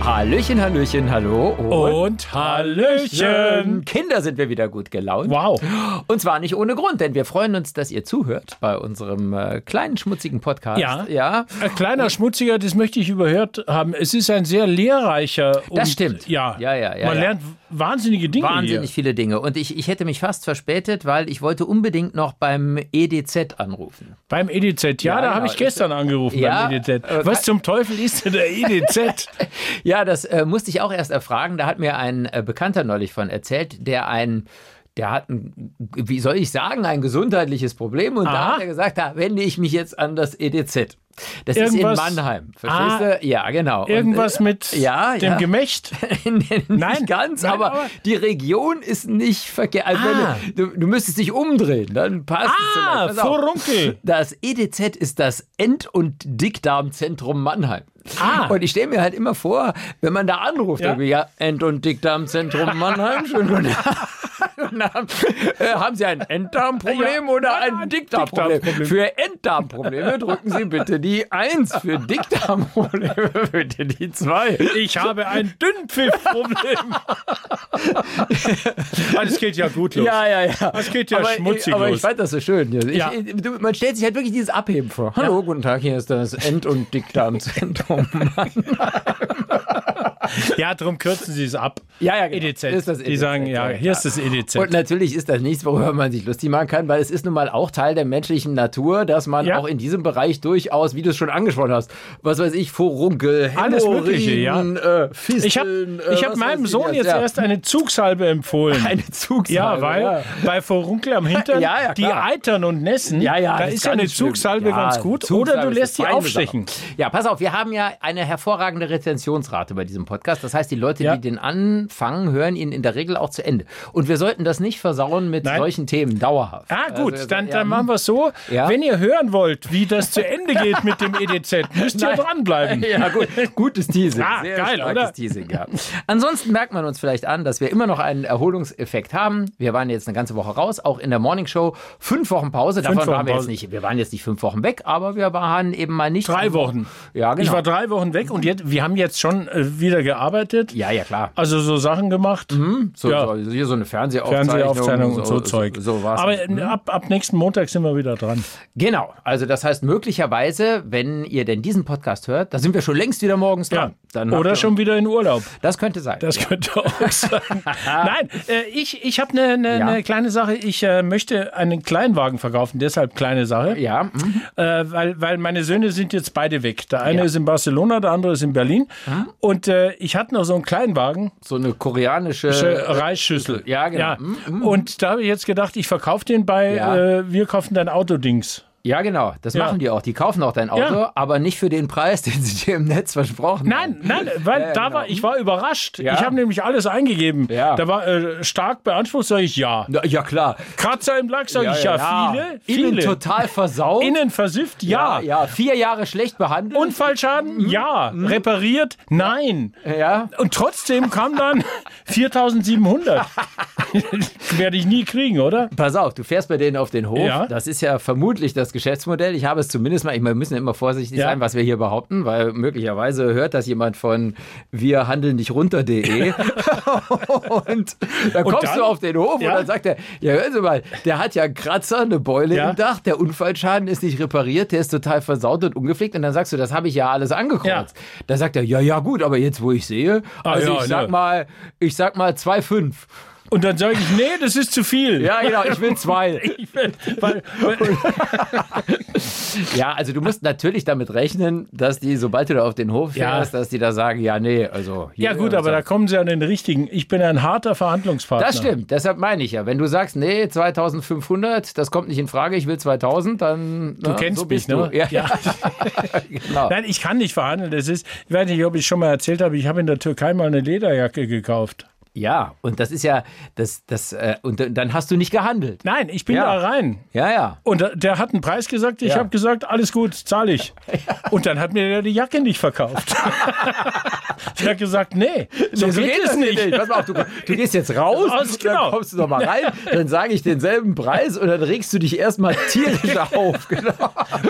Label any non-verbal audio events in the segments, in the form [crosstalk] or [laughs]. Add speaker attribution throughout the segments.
Speaker 1: Hallöchen, Hallöchen, hallo.
Speaker 2: Und Hallöchen!
Speaker 1: Kinder sind wir wieder gut gelaunt.
Speaker 2: Wow.
Speaker 1: Und zwar nicht ohne Grund, denn wir freuen uns, dass ihr zuhört bei unserem äh, kleinen schmutzigen Podcast.
Speaker 2: Ja.
Speaker 1: ja.
Speaker 2: Ein kleiner Schmutziger, das möchte ich überhört haben. Es ist ein sehr lehrreicher. und-
Speaker 1: Das stimmt.
Speaker 2: Ja,
Speaker 1: Ja, ja, ja,
Speaker 2: Man
Speaker 1: ja.
Speaker 2: lernt wahnsinnige Dinge.
Speaker 1: Wahnsinnig viele Dinge. Und ich, ich hätte mich fast verspätet, weil ich wollte unbedingt noch beim EDZ anrufen.
Speaker 2: Hier. Beim EDZ.
Speaker 1: Ja,
Speaker 2: Ja, da
Speaker 1: genau.
Speaker 2: habe ich gestern angerufen
Speaker 1: Ja,
Speaker 2: beim EDZ.
Speaker 1: äh,
Speaker 2: Was zum Teufel ist denn der
Speaker 1: [laughs]
Speaker 2: E EDZ?
Speaker 1: Ja, das äh, musste ich auch erst erfragen. Da hat mir ein äh, Bekannter neulich von erzählt, der ein der hat ein, wie soll ich sagen, ein gesundheitliches Problem und da
Speaker 2: Aha.
Speaker 1: hat er gesagt, da wende ich mich jetzt an das EDZ. Das
Speaker 2: Irgendwas-
Speaker 1: ist in Mannheim,
Speaker 2: Ah.
Speaker 1: verstehst du? Ja, genau. Und,
Speaker 2: [laughs] Irgendwas
Speaker 1: äh,
Speaker 2: mit
Speaker 1: ja,
Speaker 2: dem
Speaker 1: ja.
Speaker 2: Gemächt?
Speaker 1: [laughs] nicht
Speaker 2: Nein,
Speaker 1: ganz,
Speaker 2: nein,
Speaker 1: aber,
Speaker 2: aber-
Speaker 1: die Region ist nicht verkehrt. Also
Speaker 2: Ah.
Speaker 1: wenn du, du müsstest dich umdrehen, dann passt
Speaker 2: Ah,
Speaker 1: es. vielleicht. Pass auf.
Speaker 2: Vorunkel.
Speaker 1: Das EDZ ist das End- und Dickdarmzentrum Mannheim.
Speaker 2: Ah.
Speaker 1: Und ich stelle mir halt immer vor, wenn man da anruft,
Speaker 2: Ja.
Speaker 1: irgendwie, ja, End- und Dickdarmzentrum Mannheim, schönen guten Abend.
Speaker 2: [laughs]
Speaker 1: Guten Abend. Äh, haben Sie ein Enddarmproblem
Speaker 2: Ja.
Speaker 1: oder
Speaker 2: Ja,
Speaker 1: ein
Speaker 2: ein
Speaker 1: Dickdarmproblem?
Speaker 2: Dickdarmproblem.
Speaker 1: Für Enddarmprobleme drücken Sie bitte die 1,
Speaker 2: [laughs]
Speaker 1: für Dickdarmprobleme bitte die 2. [laughs]
Speaker 2: Ich habe ein Dünnpfiff-Problem. Ah, das geht ja gut los.
Speaker 1: Ja, ja, ja.
Speaker 2: Das geht ja
Speaker 1: aber, äh,
Speaker 2: schmutzig
Speaker 1: aber ich
Speaker 2: los.
Speaker 1: fand das so schön. Ich,
Speaker 2: Ja.
Speaker 1: ich, du, man stellt sich halt wirklich dieses Abheben vor. Hallo, guten Tag, hier ist das End- und
Speaker 2: [laughs]
Speaker 1: Dickdarmzentrum.
Speaker 2: Ja, darum kürzen sie es ab.
Speaker 1: Ja, ja, genau.
Speaker 2: EDZ.
Speaker 1: Ist das
Speaker 2: die
Speaker 1: EDZ,
Speaker 2: sagen, ja,
Speaker 1: ja,
Speaker 2: hier ist das E EDZ.
Speaker 1: Und natürlich ist das nichts, worüber man sich lustig machen kann, weil es ist nun mal auch Teil der menschlichen Natur, dass man
Speaker 2: Ja.
Speaker 1: auch in diesem Bereich durchaus, wie du es schon angesprochen hast, was weiß ich, Furunkel,
Speaker 2: Alles Mögliche, ja.
Speaker 1: Hämorrhoiden, äh, Fisteln,
Speaker 2: Ich habe ich
Speaker 1: äh,
Speaker 2: hab
Speaker 1: was
Speaker 2: meinem
Speaker 1: weiß ich
Speaker 2: Sohn
Speaker 1: was,
Speaker 2: jetzt
Speaker 1: ja.
Speaker 2: erst eine Zugshalbe
Speaker 1: [laughs]
Speaker 2: empfohlen.
Speaker 1: eine Zugsalbe.
Speaker 2: ja, weil
Speaker 1: ja.
Speaker 2: bei Vorunkel am
Speaker 1: [laughs]
Speaker 2: Hintern,
Speaker 1: Ja, ja,
Speaker 2: die
Speaker 1: klar.
Speaker 2: Eitern und Nässen,
Speaker 1: Ja, ja,
Speaker 2: Hm? da
Speaker 1: das
Speaker 2: ist ja eine
Speaker 1: ganz schlimm.
Speaker 2: Zugsalbe
Speaker 1: Ja,
Speaker 2: ganz gut.
Speaker 1: Zugsalbe
Speaker 2: oder du
Speaker 1: ist eine
Speaker 2: lässt sie
Speaker 1: feine
Speaker 2: aufstechen.
Speaker 1: Sache. Ja, pass auf, wir haben ja eine hervorragende Retentionsrate bei diesem Podcast. Das heißt, die Leute,
Speaker 2: Ja.
Speaker 1: die den anfangen, hören ihn in der Regel auch zu Ende. Und wir sollten das nicht versauen mit
Speaker 2: Nein.
Speaker 1: solchen Themen dauerhaft.
Speaker 2: Ah, gut,
Speaker 1: Also,
Speaker 2: dann,
Speaker 1: ja,
Speaker 2: dann machen wir es so.
Speaker 1: Ja.
Speaker 2: Wenn ihr hören wollt, wie das
Speaker 1: [laughs]
Speaker 2: zu Ende geht mit dem EDZ, müsst ihr
Speaker 1: Nein.
Speaker 2: dranbleiben.
Speaker 1: [laughs] Ja, gut. Gutes Teasing.
Speaker 2: Ah,
Speaker 1: Sehr
Speaker 2: geil,
Speaker 1: starkes
Speaker 2: oder?
Speaker 1: Teasing, ja. Ansonsten merkt man uns vielleicht an, dass wir immer noch einen Erholungseffekt haben. Wir waren jetzt eine ganze Woche raus, auch in der Morning Show. Fünf Wochen Pause. Davon
Speaker 2: Fünf Wochen
Speaker 1: waren wir
Speaker 2: Pause.
Speaker 1: jetzt nicht, wir waren jetzt nicht fünf Wochen weg, aber wir waren eben mal nicht.
Speaker 2: Drei Wochen.
Speaker 1: Ja, genau.
Speaker 2: Ich war drei Wochen weg und jetzt, wir haben jetzt schon äh, wieder gearbeitet.
Speaker 1: ja, ja, klar.
Speaker 2: Also so Sachen gemacht.
Speaker 1: So,
Speaker 2: ja.
Speaker 1: so, hier so eine Fernsehaufzeichnung.
Speaker 2: Fernsehaufzeichnung und so, Zeug.
Speaker 1: So, so war's. Mhm.
Speaker 2: Aber äh, ab, ab nächsten Montag sind wir wieder dran.
Speaker 1: Genau, also das heißt möglicherweise, wenn ihr denn diesen Podcast hört, da sind wir schon längst wieder morgens dran. Dann habt
Speaker 2: Oder
Speaker 1: ihr-
Speaker 2: schon wieder in Urlaub.
Speaker 1: Das könnte sein.
Speaker 2: Das könnte
Speaker 1: [laughs]
Speaker 2: auch sein. Nein, äh, ich, ich habe eine ne,
Speaker 1: Ja.
Speaker 2: ne kleine Sache. Ich äh, möchte einen Kleinwagen verkaufen, deshalb kleine Sache.
Speaker 1: ja, mhm.
Speaker 2: Äh, weil, weil meine Söhne sind jetzt beide weg. Der eine
Speaker 1: Ja.
Speaker 2: ist in Barcelona, der andere ist in Berlin. Und äh, ich hatte noch so einen Kleinwagen,
Speaker 1: so eine koreanische.
Speaker 2: äh, Reisschüssel.
Speaker 1: Ja, genau.
Speaker 2: Ja.
Speaker 1: Mhm,
Speaker 2: Und da habe ich jetzt gedacht, ich verkaufe den bei
Speaker 1: Ja.
Speaker 2: äh, Wir kaufen dein Auto-Dings.
Speaker 1: Ja, genau. Das
Speaker 2: Ja.
Speaker 1: machen die auch. Die kaufen auch dein Auto,
Speaker 2: Ja.
Speaker 1: aber nicht für den Preis, [laughs] den sie dir im Netz versprochen haben.
Speaker 2: Nein, nein, weil da
Speaker 1: genau.
Speaker 2: war ich war überrascht.
Speaker 1: Ja.
Speaker 2: Ich habe nämlich alles eingegeben.
Speaker 1: Ja.
Speaker 2: Da war äh, stark beansprucht, sage ich ja.
Speaker 1: Na, ja, klar.
Speaker 2: Kratzer im Lack, sage ich ja. Viele, viele.
Speaker 1: Innen total versaut.
Speaker 2: Innen versifft, ja.
Speaker 1: ja. Mhm. ja, vier Jahre schlecht behandelt.
Speaker 2: Unfallschaden, ja. Repariert, nein.
Speaker 1: ja.
Speaker 2: Und trotzdem kam
Speaker 1: [laughs]
Speaker 2: dann 4700. Werde ich nie kriegen, oder?
Speaker 1: Pass auf, du fährst bei denen auf den Hof.
Speaker 2: Ja.
Speaker 1: Das ist ja vermutlich das Geschäftsmodell. Ich habe es zumindest mal, ich meine, wir müssen ja immer vorsichtig
Speaker 2: Ja.
Speaker 1: sein, was wir hier behaupten, weil möglicherweise hört das jemand von wir handeln dich
Speaker 2: [laughs]
Speaker 1: runter.de. E. und dann kommst
Speaker 2: dann?
Speaker 1: du auf den Hof
Speaker 2: Ja.
Speaker 1: und dann sagt er, ja, hören Sie mal, der hat ja einen Kratzer, eine Beule
Speaker 2: Ja.
Speaker 1: im Dach, der Unfallschaden ist nicht repariert, der ist total versaut und ungepflegt. Und dann sagst du, das habe ich ja alles angekreuzt. Da sagt er, ja, ja, gut, aber jetzt, wo ich sehe,
Speaker 2: Ah,
Speaker 1: also
Speaker 2: ja,
Speaker 1: ich sag
Speaker 2: ne.
Speaker 1: mal, ich sag mal 2,5.
Speaker 2: Und dann sage ich, nee, das ist zu viel.
Speaker 1: Ja, genau, ich will zwei.
Speaker 2: [laughs] Weil, weil,
Speaker 1: Ja, also du musst natürlich damit rechnen, dass die, sobald du da auf den Hof
Speaker 2: Ja.
Speaker 1: fährst, dass die da sagen, ja, nee, also. hier-
Speaker 2: ja gut, aber da kommen sie an den richtigen. Ich bin ein harter Verhandlungspartner.
Speaker 1: Das stimmt, deshalb meine ich ja. Wenn du sagst, nee, 2500, das kommt nicht in Frage, ich will 2000, dann.
Speaker 2: Du kennst
Speaker 1: so
Speaker 2: mich,
Speaker 1: bist
Speaker 2: ne?
Speaker 1: Du. Ja, ja. [laughs] genau.
Speaker 2: [laughs] Nein, ich kann nicht verhandeln. Das ist, ich weiß nicht, ob ich schon mal erzählt habe, ich habe in der Türkei mal eine Lederjacke gekauft.
Speaker 1: ja, und das ist ja, das, das, äh, und dann hast du nicht gehandelt.
Speaker 2: Nein, ich bin
Speaker 1: Ja.
Speaker 2: da rein.
Speaker 1: Ja, ja.
Speaker 2: Und da- der hat einen Preis gesagt, ich
Speaker 1: Ja. [laughs]
Speaker 2: habe gesagt, alles gut, zahle ich. Und dann hat mir der die Jacke nicht verkauft. Der hat gesagt, nee, so, geht, es nicht.
Speaker 1: Pass mal auf, du, du gehst jetzt raus,
Speaker 2: Raus,
Speaker 1: dann
Speaker 2: genau.
Speaker 1: kommst du noch mal rein, dann sage ich denselben Preis und dann regst du dich erstmal
Speaker 2: [laughs]
Speaker 1: tierisch auf. Genau.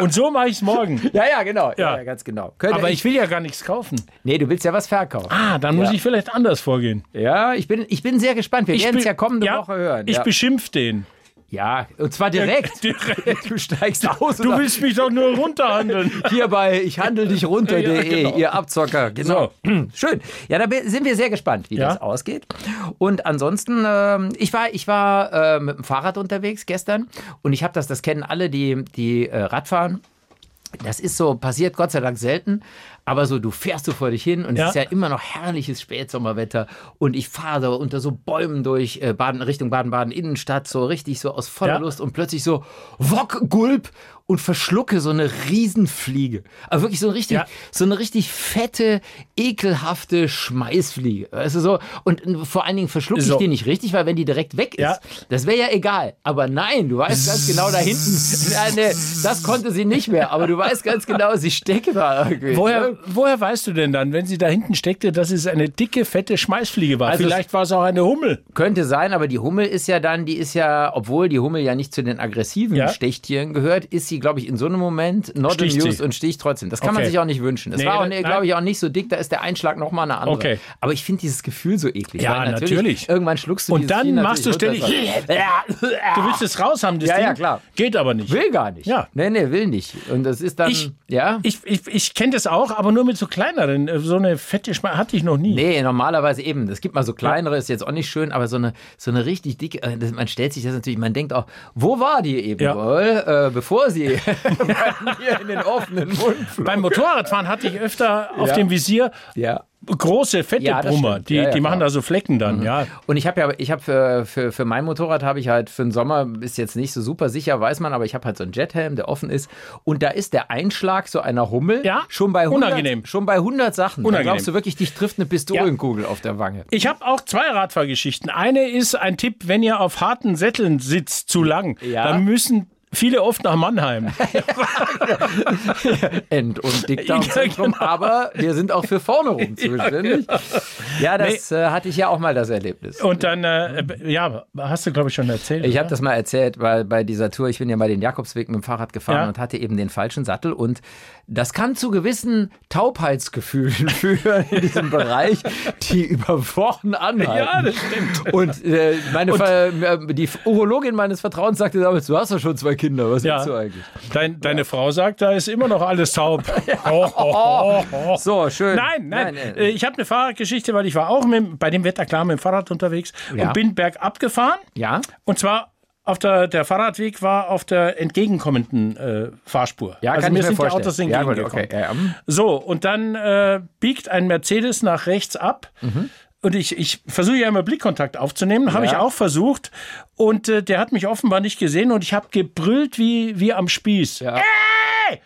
Speaker 2: Und so mache ich es morgen.
Speaker 1: [laughs] Ja, ja, genau. Ja,
Speaker 2: Ja.
Speaker 1: ja ganz genau. Könnte
Speaker 2: Aber ich will ja gar nichts kaufen.
Speaker 1: nee, du willst ja was verkaufen.
Speaker 2: Ah, dann muss ich vielleicht anders vorgehen.
Speaker 1: Ja, ich bin, ich bin sehr gespannt. Wir werden es
Speaker 2: be-
Speaker 1: ja kommende
Speaker 2: ja,
Speaker 1: Woche hören.
Speaker 2: Ich
Speaker 1: ja.
Speaker 2: beschimpf den.
Speaker 1: ja, und zwar direkt. [laughs] Du steigst aus
Speaker 2: Du
Speaker 1: und
Speaker 2: willst mich doch nur
Speaker 1: [laughs]
Speaker 2: runterhandeln.
Speaker 1: hier bei ich handel dich runter.de,
Speaker 2: Ja, genau.
Speaker 1: ihr Abzocker. Genau. [clears throat] Schön. Ja, da be- sind wir sehr gespannt, wie
Speaker 2: Ja.
Speaker 1: das ausgeht. Und ansonsten, ähm, ich war, ich war äh, mit dem Fahrrad unterwegs gestern und ich habe das, das kennen alle, die, die äh, Radfahren. Das ist so, passiert Gott sei Dank selten, aber so, du fährst so vor dich hin und
Speaker 2: Ja.
Speaker 1: es ist ja immer noch herrliches Spätsommerwetter und ich fahre so unter so Bäumen durch äh, Baden, Richtung Baden-Baden-Innenstadt, so richtig so aus voller
Speaker 2: Ja.
Speaker 1: Lust und plötzlich so Wok, Gulp und verschlucke so eine Riesenfliege. Aber wirklich so eine richtig,
Speaker 2: Ja.
Speaker 1: so eine richtig fette, ekelhafte Schmeißfliege. Weißt du so? Und äh, vor allen Dingen verschlucke ich
Speaker 2: So.
Speaker 1: die nicht richtig, weil wenn die direkt weg ist,
Speaker 2: Ja.
Speaker 1: das wäre ja egal. Aber nein, du weißt ganz genau da hinten, [laughs] ja, nee, das konnte sie nicht mehr. Aber du weißt ganz genau, sie steckt da irgendwie.
Speaker 2: Woher, woher weißt du denn dann, wenn sie da hinten steckte, dass es eine dicke, fette Schmeißfliege war?
Speaker 1: Also es-
Speaker 2: Vielleicht war es auch eine Hummel.
Speaker 1: Könnte sein, aber die Hummel ist ja dann, die ist ja, obwohl die Hummel ja nicht zu den aggressiven
Speaker 2: Ja.
Speaker 1: Stechtieren gehört, ist sie, glaube ich, in so einem Moment not
Speaker 2: Sticht sie.
Speaker 1: amused und sticht trotzdem. Das kann man
Speaker 2: Okay.
Speaker 1: sich auch nicht wünschen. Das
Speaker 2: Nee,
Speaker 1: war auch,
Speaker 2: nein.
Speaker 1: glaube ich, auch nicht so dick, da ist der Einschlag nochmal eine andere.
Speaker 2: Okay.
Speaker 1: Aber ich finde dieses Gefühl so eklig.
Speaker 2: Ja,
Speaker 1: weil
Speaker 2: natürlich.
Speaker 1: Irgendwann schluckst du
Speaker 2: Und
Speaker 1: dieses
Speaker 2: dann
Speaker 1: Vieh
Speaker 2: machst du
Speaker 1: natürlich
Speaker 2: ständig- [laughs]
Speaker 1: runter. Ja,
Speaker 2: Du willst es raus haben, das
Speaker 1: Ja,
Speaker 2: Ding?
Speaker 1: ja, klar.
Speaker 2: Geht aber nicht.
Speaker 1: Will gar nicht.
Speaker 2: Ja.
Speaker 1: Nee, nee, will nicht. Und das ist dann,
Speaker 2: Ich-
Speaker 1: Hm. ja?
Speaker 2: Ich, ich, ich kenne das auch, aber nur mit so kleineren. Äh, So eine fette Schmeiß hatte ich noch nie.
Speaker 1: Nee, normalerweise eben. Es gibt mal so kleinere, ist jetzt auch nicht schön, aber so eine, so eine richtig dicke, äh, das- man stellt sich das natürlich, man denkt auch, wo war die eben
Speaker 2: Ja.
Speaker 1: wohl, äh, bevor sie
Speaker 2: [laughs]
Speaker 1: [laughs] bei mir in den offenen Mund flog?
Speaker 2: Beim Motorradfahren hatte ich öfter auf
Speaker 1: Ja.
Speaker 2: dem Visier
Speaker 1: Ja.
Speaker 2: große, fette
Speaker 1: Ja, das
Speaker 2: Brummer.
Speaker 1: stimmt.
Speaker 2: Die,
Speaker 1: Ja, ja,
Speaker 2: die machen
Speaker 1: klar. Mhm.
Speaker 2: da so Flecken dann, ja.
Speaker 1: Und ich habe ja, ich habe für, für, für mein Motorrad habe ich halt für den Sommer, ist jetzt nicht so super sicher, weiß man, aber ich habe halt so einen Jethelm, der offen ist. Und da ist der Einschlag so einer Hummel
Speaker 2: Ja.
Speaker 1: schon bei 100,
Speaker 2: Unangenehm.
Speaker 1: Schon bei 100 Sachen. Da
Speaker 2: Unangenehm.
Speaker 1: glaubst du wirklich, dich trifft eine Pistolenkugel auf der Wange.
Speaker 2: Ich habe auch zwei Radfahrgeschichten. Eine ist ein Tipp, wenn ihr auf harten Sätteln sitzt, zu lang,
Speaker 1: Ja.
Speaker 2: dann müssen viele oft nach
Speaker 1: [laughs]
Speaker 2: Mannheim.
Speaker 1: End- und
Speaker 2: [laughs]
Speaker 1: Dickdarmzentrum,
Speaker 2: genau.
Speaker 1: aber wir sind auch für vorne rum zuständig. Ja, das äh, hatte ich ja auch mal das Erlebnis.
Speaker 2: Und dann, äh, äh, ja, hast du, glaube ich, schon erzählt.
Speaker 1: Ich
Speaker 2: oder?
Speaker 1: habe das mal erzählt, weil bei dieser Tour, ich bin ja mal den Jakobsweg mit dem Fahrrad gefahren
Speaker 2: Ja.
Speaker 1: und hatte eben den falschen Sattel und das kann zu gewissen Taubheitsgefühlen [laughs] führen in diesem Bereich, die über Wochen anhalten.
Speaker 2: Ja, das
Speaker 1: [laughs]
Speaker 2: stimmt.
Speaker 1: Und äh, meine Ver- äh, die Urologin meines Vertrauens sagte damals, du hast doch schon zwei Kinder, was
Speaker 2: Ja.
Speaker 1: willst du eigentlich?
Speaker 2: Dein, deine Frau sagt, da ist immer noch alles
Speaker 1: [laughs]
Speaker 2: taub. Ho, ho, ho, ho.
Speaker 1: So, schön.
Speaker 2: Nein, nein.
Speaker 1: äh,
Speaker 2: äh, Ich habe eine Fahrradgeschichte, weil ich war auch mit, bei dem Wetter klar mit dem Fahrrad unterwegs
Speaker 1: Ja.
Speaker 2: und bin bergab gefahren.
Speaker 1: ja?
Speaker 2: Und zwar auf der, der Fahrradweg war auf der entgegenkommenden äh, Fahrspur.
Speaker 1: Ja,
Speaker 2: also
Speaker 1: kann
Speaker 2: mir
Speaker 1: ich mir
Speaker 2: sind
Speaker 1: vorstellen.
Speaker 2: die Autos
Speaker 1: Ja, gut,
Speaker 2: entgegengekommen.
Speaker 1: okay, ja, mm. ja.
Speaker 2: So, und dann äh, biegt ein Mercedes nach rechts ab. Und ich, ich versuche ja immer Blickkontakt aufzunehmen,
Speaker 1: Mhm.
Speaker 2: habe
Speaker 1: Ja.
Speaker 2: ich auch versucht. Und äh, der hat mich offenbar nicht gesehen und ich habe gebrüllt wie, wie am Spieß. Ja,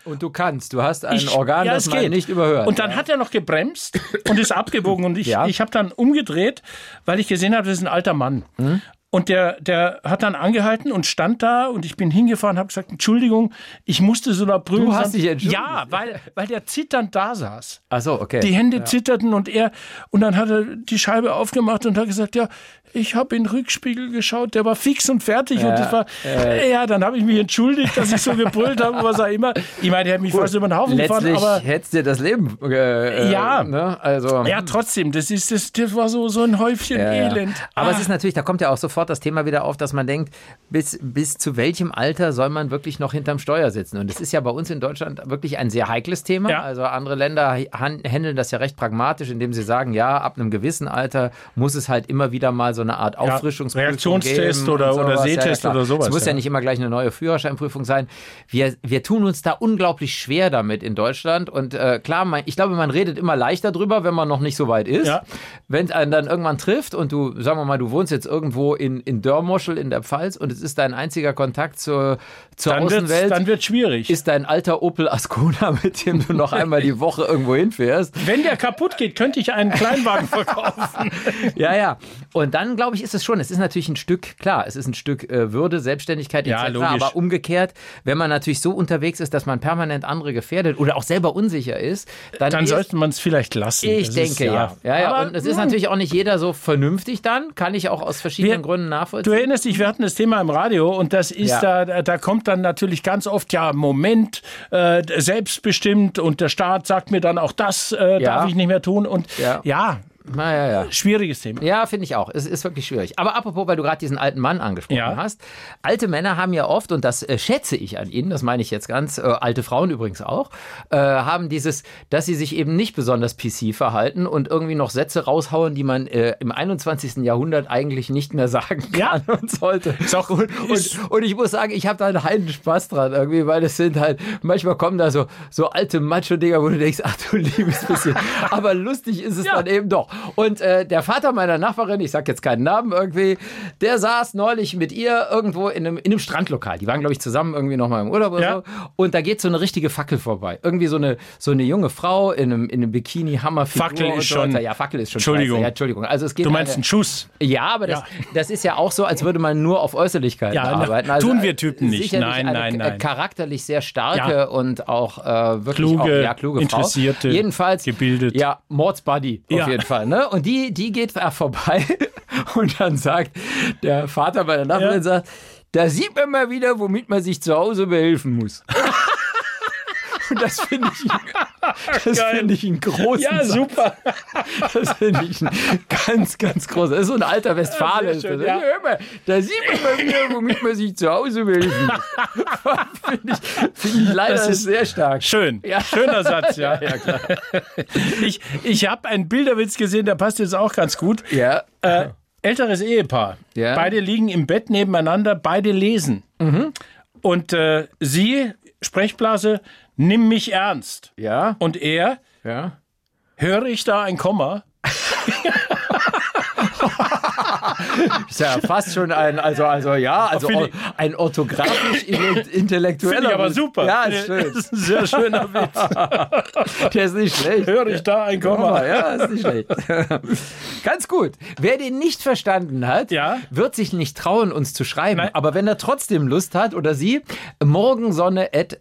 Speaker 1: Und du kannst, du hast ein
Speaker 2: ich,
Speaker 1: Organ,
Speaker 2: ja,
Speaker 1: das
Speaker 2: es
Speaker 1: man
Speaker 2: geht.
Speaker 1: nicht überhört.
Speaker 2: Und dann hat er noch gebremst und ist abgebogen. Und ich,
Speaker 1: Ja.
Speaker 2: ich habe dann umgedreht, weil ich gesehen habe, das ist ein alter Mann.
Speaker 1: Hm?
Speaker 2: Und der, der hat dann angehalten und stand da und ich bin hingefahren, habe gesagt, Entschuldigung, ich musste so da brüllen.
Speaker 1: Du hast dich entschuldigt?
Speaker 2: Ja, weil, weil der zitternd da saß.
Speaker 1: Ach so, okay.
Speaker 2: Die Hände zitterten und er, und dann hat er die Scheibe aufgemacht und hat gesagt, ja, ich habe in den Rückspiegel geschaut, der war fix und fertig. und das war,
Speaker 1: äh.
Speaker 2: ja, dann habe ich mich entschuldigt, dass ich so gebrüllt habe, was auch immer. Ich meine, der hat mich fast über den Haufen gefahren,
Speaker 1: Letztlich
Speaker 2: aber
Speaker 1: hättest dir das Leben. Äh, äh,
Speaker 2: Ja.
Speaker 1: Ne? Also.
Speaker 2: ja, trotzdem, das ist, das, das war so, so ein Häufchen
Speaker 1: Ja, ja.
Speaker 2: Elend.
Speaker 1: Aber
Speaker 2: Ah.
Speaker 1: es ist natürlich, da kommt ja auch sofort das Thema wieder auf, dass man denkt, bis, bis zu welchem Alter soll man wirklich noch hinterm Steuer sitzen? Und das ist ja bei uns in Deutschland wirklich ein sehr heikles Thema.
Speaker 2: Ja.
Speaker 1: Also andere Länder han- handeln das ja recht pragmatisch, indem sie sagen, ja, ab einem gewissen Alter muss es halt immer wieder mal so eine Art Auffrischungsprüfung
Speaker 2: Reaktionstest
Speaker 1: geben und
Speaker 2: oder-
Speaker 1: sowas.
Speaker 2: oder
Speaker 1: Ja, ja,
Speaker 2: Sehtest
Speaker 1: klar.
Speaker 2: oder sowas,
Speaker 1: Es muss ja,
Speaker 2: ja.
Speaker 1: nicht immer gleich eine neue Führerscheinprüfung sein. Wir, wir tun uns da unglaublich schwer damit in Deutschland. Und äh, klar, mein, ich glaube, man redet immer leichter drüber, wenn man noch nicht so weit ist.
Speaker 2: Ja.
Speaker 1: Wenn es einen dann irgendwann trifft und du, sagen wir mal, du wohnst jetzt irgendwo in in, in Dörrmoschel in der Pfalz und es ist dein einziger Kontakt zur, zur
Speaker 2: Dann wird's-
Speaker 1: Außenwelt.
Speaker 2: dann wird's schwierig.
Speaker 1: Ist dein alter Opel Ascona, [laughs] mit dem du noch einmal die Woche irgendwo hinfährst.
Speaker 2: Wenn der kaputt geht, könnte ich
Speaker 1: [laughs]
Speaker 2: einen Kleinwagen verkaufen.
Speaker 1: Ja, ja. Und dann, glaube ich, ist es schon. Es ist natürlich ein Stück, klar, es ist ein Stück äh, Würde, Selbstständigkeit,
Speaker 2: Ja,
Speaker 1: etc.
Speaker 2: logisch.
Speaker 1: Aber umgekehrt, wenn man natürlich so unterwegs ist, dass man permanent andere gefährdet oder auch selber unsicher ist, dann,
Speaker 2: Dann
Speaker 1: ist,
Speaker 2: sollte man es vielleicht lassen.
Speaker 1: ich
Speaker 2: Das
Speaker 1: denke,
Speaker 2: ist,
Speaker 1: ja. Ja, ja.
Speaker 2: Aber,
Speaker 1: Und es ist
Speaker 2: hm,
Speaker 1: natürlich auch nicht jeder so vernünftig dann, kann ich auch aus verschiedenen
Speaker 2: Wir-
Speaker 1: Gründen
Speaker 2: Du
Speaker 1: nachvollziehen.
Speaker 2: erinnerst dich, wir hatten das Thema im Radio und das ist
Speaker 1: Ja.
Speaker 2: da, da kommt dann natürlich ganz oft ja Moment äh, selbstbestimmt und der Staat sagt mir dann auch das äh,
Speaker 1: Ja.
Speaker 2: darf ich nicht mehr tun und
Speaker 1: Ja.
Speaker 2: ja,
Speaker 1: Na, ja, ja.
Speaker 2: schwieriges Thema.
Speaker 1: Ja, finde ich auch. Es ist wirklich schwierig. Aber apropos, weil du gerade diesen alten Mann angesprochen
Speaker 2: Ja.
Speaker 1: hast. Alte Männer haben ja oft, und das äh, schätze ich an ihnen, das meine ich jetzt ganz, äh, alte Frauen übrigens auch, äh, haben dieses, dass sie sich eben nicht besonders PC verhalten und irgendwie noch Sätze raushauen, die man äh, im 21. Jahrhundert eigentlich nicht mehr [laughs] sagen
Speaker 2: Ja.
Speaker 1: kann und sollte.
Speaker 2: Ist auch gut. Ist,
Speaker 1: Und, und ich muss sagen, ich habe da einen heiden Spaß dran irgendwie, weil es sind halt, manchmal kommen da so, so alte Macho-Dinger, wo du denkst, ach du liebes
Speaker 2: [laughs]
Speaker 1: bisschen. Aber lustig ist es
Speaker 2: Ja.
Speaker 1: dann eben doch. Und äh, der Vater meiner Nachbarin, ich sag jetzt keinen Namen irgendwie, der saß neulich mit ihr irgendwo in einem, in einem Strandlokal. Die waren, glaube ich, zusammen irgendwie nochmal im Urlaub oder
Speaker 2: Ja.
Speaker 1: so. Und da geht so eine richtige Fackel vorbei. Irgendwie so eine, so eine junge Frau in einem, in einem Bikini, Hammerfigur.
Speaker 2: Fackel ist
Speaker 1: und so
Speaker 2: schon-
Speaker 1: weiter. Ja, Fackel ist schon.
Speaker 2: Entschuldigung.
Speaker 1: scheiße. Ja, Entschuldigung. Also es geht
Speaker 2: du meinst
Speaker 1: eine-
Speaker 2: einen Schuss.
Speaker 1: ja, aber das,
Speaker 2: Ja.
Speaker 1: das ist ja auch so, als würde man nur auf Äußerlichkeiten
Speaker 2: Ja,
Speaker 1: arbeiten.
Speaker 2: na,
Speaker 1: Also,
Speaker 2: tun wir Typen nicht.
Speaker 1: sicherlich
Speaker 2: Nein,
Speaker 1: eine
Speaker 2: nein,
Speaker 1: k-
Speaker 2: nein.
Speaker 1: Charakterlich sehr starke
Speaker 2: Ja.
Speaker 1: und auch äh, wirklich
Speaker 2: Kluge,
Speaker 1: auch, ja, kluge
Speaker 2: interessierte,
Speaker 1: Frau. Jedenfalls,
Speaker 2: gebildet.
Speaker 1: Ja, Mordsbuddy auf
Speaker 2: Ja.
Speaker 1: jeden Fall. Ne? Und die, die geht äh, vorbei [laughs] und dann sagt der Vater bei der Nachbarin,
Speaker 2: Ja.
Speaker 1: sagt, da sieht man mal wieder, womit man sich zu Hause behelfen muss. [laughs] Und das finde
Speaker 2: [laughs]
Speaker 1: ich, das
Speaker 2: Geil.
Speaker 1: find ich einen großen
Speaker 2: Ja,
Speaker 1: Satz.
Speaker 2: super.
Speaker 1: Das finde ich ein ganz, ganz groß. Das ist so ein alter Westfale.
Speaker 2: Ja, sehr schön,
Speaker 1: das. Also,
Speaker 2: ja.
Speaker 1: Hör mal, da sieht man mal wieder, womit man sich zu Hause
Speaker 2: [laughs]
Speaker 1: helfen muss. finde ich, find ich leider
Speaker 2: Das ist-
Speaker 1: sehr stark.
Speaker 2: Schön.
Speaker 1: Ja.
Speaker 2: Schöner Satz, ja.
Speaker 1: [laughs]
Speaker 2: Ich, ich habe einen Bilderwitz gesehen, der passt jetzt auch ganz gut.
Speaker 1: Ja.
Speaker 2: Äh, älteres Ehepaar.
Speaker 1: Ja. Mhm.
Speaker 2: Beide liegen im Bett nebeneinander, beide lesen. Und äh, sie, Sprechblase, nimm mich ernst.
Speaker 1: Ja.
Speaker 2: Und er,
Speaker 1: Ja.
Speaker 2: höre ich da ein Komma?
Speaker 1: Ist ja fast schon ein, also, also ja, also
Speaker 2: Finde ich-
Speaker 1: ein
Speaker 2: [laughs]
Speaker 1: orthografisch intellektueller.
Speaker 2: Finde ich aber
Speaker 1: Witz.
Speaker 2: super.
Speaker 1: Ja, ist schön.
Speaker 2: Das ist ein sehr schöner Witz.
Speaker 1: Der ist nicht schlecht.
Speaker 2: [laughs] höre ich da ein
Speaker 1: Komma,
Speaker 2: Komma?
Speaker 1: ja, ist nicht
Speaker 2: [laughs]
Speaker 1: schlecht. Ganz gut. Wer den nicht verstanden hat,
Speaker 2: Ja.
Speaker 1: wird sich nicht trauen, uns zu schreiben.
Speaker 2: Nein.
Speaker 1: Aber wenn er trotzdem Lust hat oder sie,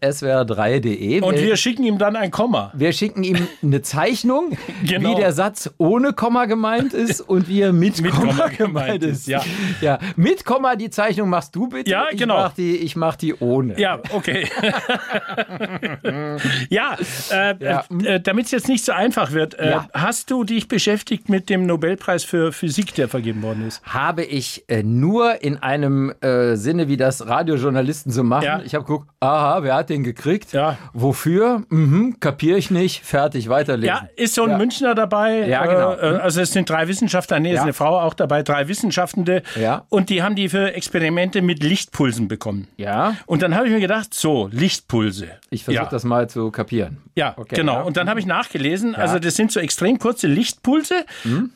Speaker 1: morgensonne.swr3.de.
Speaker 2: Und wir schicken ihm dann ein Komma.
Speaker 1: wir schicken ihm eine
Speaker 2: [laughs]
Speaker 1: Zeichnung,
Speaker 2: Genau.
Speaker 1: wie der Satz ohne Komma gemeint ist und wie er mit,
Speaker 2: [laughs] Mit
Speaker 1: Komma,
Speaker 2: Komma
Speaker 1: gemeint
Speaker 2: gemeint
Speaker 1: ist.
Speaker 2: ist, ja.
Speaker 1: ja. Mit Komma die Zeichnung machst du bitte.
Speaker 2: Ja,
Speaker 1: ich
Speaker 2: genau.
Speaker 1: Mach die, ich mach die ohne.
Speaker 2: Ja,
Speaker 1: [laughs]
Speaker 2: okay. [laughs] ja, äh,
Speaker 1: Ja.
Speaker 2: äh, damit es jetzt nicht so einfach wird, äh,
Speaker 1: Ja.
Speaker 2: hast du dich beschäftigt mit dem Nobelpreis für Physik, der vergeben worden ist?
Speaker 1: habe ich äh, nur in einem äh, Sinne, wie das Radiojournalisten so machen.
Speaker 2: Ja.
Speaker 1: Ich habe geguckt, aha, wer hat den gekriegt?
Speaker 2: Ja.
Speaker 1: Wofür? Mhm, kapiere ich nicht. Fertig, weiterlesen.
Speaker 2: Ja, ist so ein
Speaker 1: Ja.
Speaker 2: Münchner dabei.
Speaker 1: Ja, genau.
Speaker 2: Äh, äh, also es sind drei Wissenschaftler, nee,
Speaker 1: Ja.
Speaker 2: ist eine Frau auch dabei, drei Wissenschaftende.
Speaker 1: Ja.
Speaker 2: Und die haben die für Experimente mit Lichtpulsen bekommen.
Speaker 1: Ja.
Speaker 2: Und dann habe ich mir gedacht, so, Lichtpulse.
Speaker 1: Ich versuche
Speaker 2: ja.
Speaker 1: das mal zu kapieren.
Speaker 2: Ja,
Speaker 1: Okay,
Speaker 2: genau.
Speaker 1: ja.
Speaker 2: Und dann habe ich nachgelesen, also das sind so extrem kurze Lichtpulse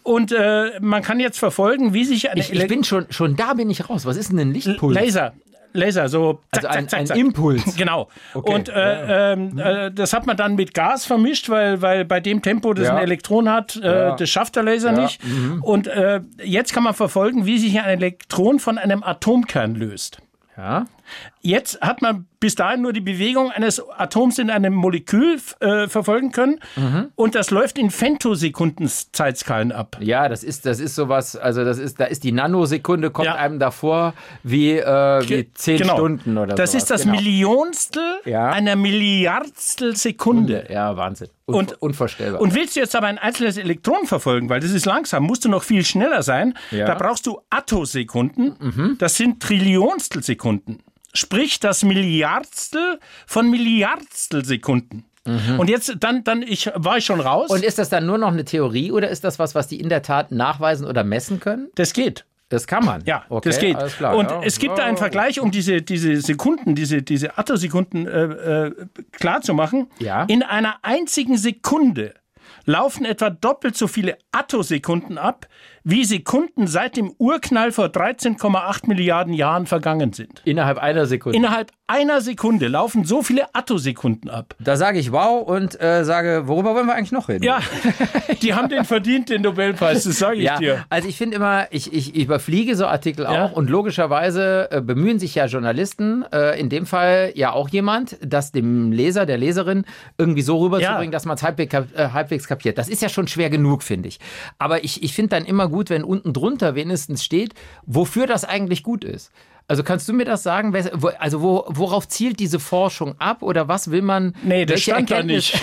Speaker 2: und äh, man kann jetzt verfolgen, wie sich eine
Speaker 1: Mhm. Ich, ich bin schon, schon da bin ich raus. Was ist denn ein Lichtpuls?
Speaker 2: Laser. Laser, so
Speaker 1: Also ein, ein Impuls.
Speaker 2: [laughs]
Speaker 1: Mhm.
Speaker 2: Genau. Und äh, ähm, äh, das hat man dann mit Gas vermischt, weil, weil bei dem Tempo, das
Speaker 1: Ja.
Speaker 2: ein Elektron hat, äh,
Speaker 1: Ja.
Speaker 2: das schafft der Laser
Speaker 1: Ja. Mhm.
Speaker 2: nicht. Und äh, jetzt kann man verfolgen, wie sich ein Elektron von einem Atomkern löst.
Speaker 1: Ja.
Speaker 2: Jetzt hat man bis dahin nur die Bewegung eines Atoms in einem Molekül f- äh, verfolgen können.
Speaker 1: Mhm.
Speaker 2: Und das läuft in Femtosekundenzeitskalen ab.
Speaker 1: Ja, das ist, das ist sowas, also das ist, da ist die Nanosekunde, kommt
Speaker 2: Ja.
Speaker 1: einem davor wie, äh, wie
Speaker 2: Ge-
Speaker 1: zehn
Speaker 2: genau.
Speaker 1: Stunden oder so.
Speaker 2: Das ist das
Speaker 1: genau.
Speaker 2: Millionstel
Speaker 1: Ja. äh,
Speaker 2: einer Milliardstel Sekunde.
Speaker 1: Ja, Wahnsinn.
Speaker 2: Und-
Speaker 1: unvorstellbar.
Speaker 2: Und willst du jetzt aber ein einzelnes Elektron verfolgen, weil das ist langsam, musst du noch viel schneller sein.
Speaker 1: Ja. Mhm.
Speaker 2: Da brauchst du Attosekunden. Das sind Trillionstel Sekunden. Sprich das Milliardstel von Milliardstel Sekunden.
Speaker 1: Mhm.
Speaker 2: Und jetzt, dann, dann ich, war ich schon raus.
Speaker 1: Und ist das dann nur noch eine Theorie oder ist das was, was die in der Tat nachweisen oder messen können?
Speaker 2: das geht.
Speaker 1: Das kann man.
Speaker 2: Ja,
Speaker 1: okay,
Speaker 2: das geht.
Speaker 1: Alles klar,
Speaker 2: und
Speaker 1: ja.
Speaker 2: es gibt da einen Vergleich, um diese, diese Sekunden, diese, diese Attosekunden äh, äh, klar zu machen.
Speaker 1: Ja.
Speaker 2: In einer einzigen Sekunde laufen etwa doppelt so viele Attosekunden ab, wie Sekunden seit dem Urknall vor 13,8 Milliarden Jahren vergangen sind.
Speaker 1: Innerhalb einer Sekunde.
Speaker 2: Innerhalb einer Sekunde laufen so viele Attosekunden ab.
Speaker 1: da sage ich wow und äh, sage, worüber wollen wir eigentlich noch reden?
Speaker 2: Ja, [laughs] die haben den verdient, den Nobelpreis, das sage ich
Speaker 1: Ja,
Speaker 2: dir.
Speaker 1: also ich finde immer, ich, ich überfliege so Artikel auch
Speaker 2: Ja.
Speaker 1: und logischerweise äh, bemühen sich ja Journalisten, äh, in dem Fall ja auch jemand, das dem Leser, der Leserin irgendwie so rüberzubringen,
Speaker 2: Ja.
Speaker 1: dass man es halbwegs, kap äh, halbwegs kapiert. Das ist ja schon schwer genug, finde ich. Aber ich, ich finde dann immer gut, wenn unten drunter wenigstens steht, wofür das eigentlich gut ist. Also kannst du mir das sagen? Wes- wo- Also wo, worauf zielt diese Forschung ab oder was will man?
Speaker 2: Nee, das
Speaker 1: welche
Speaker 2: stand da
Speaker 1: Erkenntnis-
Speaker 2: nicht. [laughs]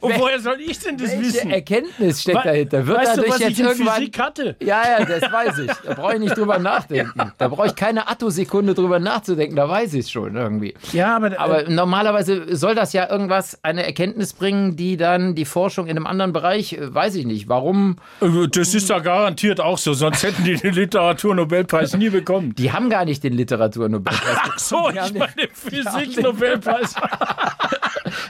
Speaker 2: Und woher soll ich denn
Speaker 1: [laughs]
Speaker 2: das
Speaker 1: Welche
Speaker 2: wissen?
Speaker 1: Erkenntnis steckt
Speaker 2: Wa-
Speaker 1: dahinter? Wird
Speaker 2: weißt du,
Speaker 1: dadurch
Speaker 2: was
Speaker 1: jetzt
Speaker 2: ich in
Speaker 1: irgendwann
Speaker 2: Physik hatte?
Speaker 1: Ja, ja, das weiß ich. Da brauche ich nicht
Speaker 2: [laughs]
Speaker 1: drüber nachdenken. Da brauche ich keine Attosekunde drüber nachzudenken. Da weiß ich es schon irgendwie.
Speaker 2: Ja, aber, äh,
Speaker 1: Aber normalerweise soll das ja irgendwas, eine Erkenntnis bringen, die dann die Forschung in einem anderen Bereich, äh, weiß ich nicht, warum.
Speaker 2: äh, das ist da garantiert auch so, sonst hätten die den Literaturnobelpreis nie bekommen.
Speaker 1: Die haben gar nicht den Literaturnobelpreis.
Speaker 2: [laughs] Ach so,
Speaker 1: Die
Speaker 2: ich
Speaker 1: haben
Speaker 2: meine Physik-Nobelpreis.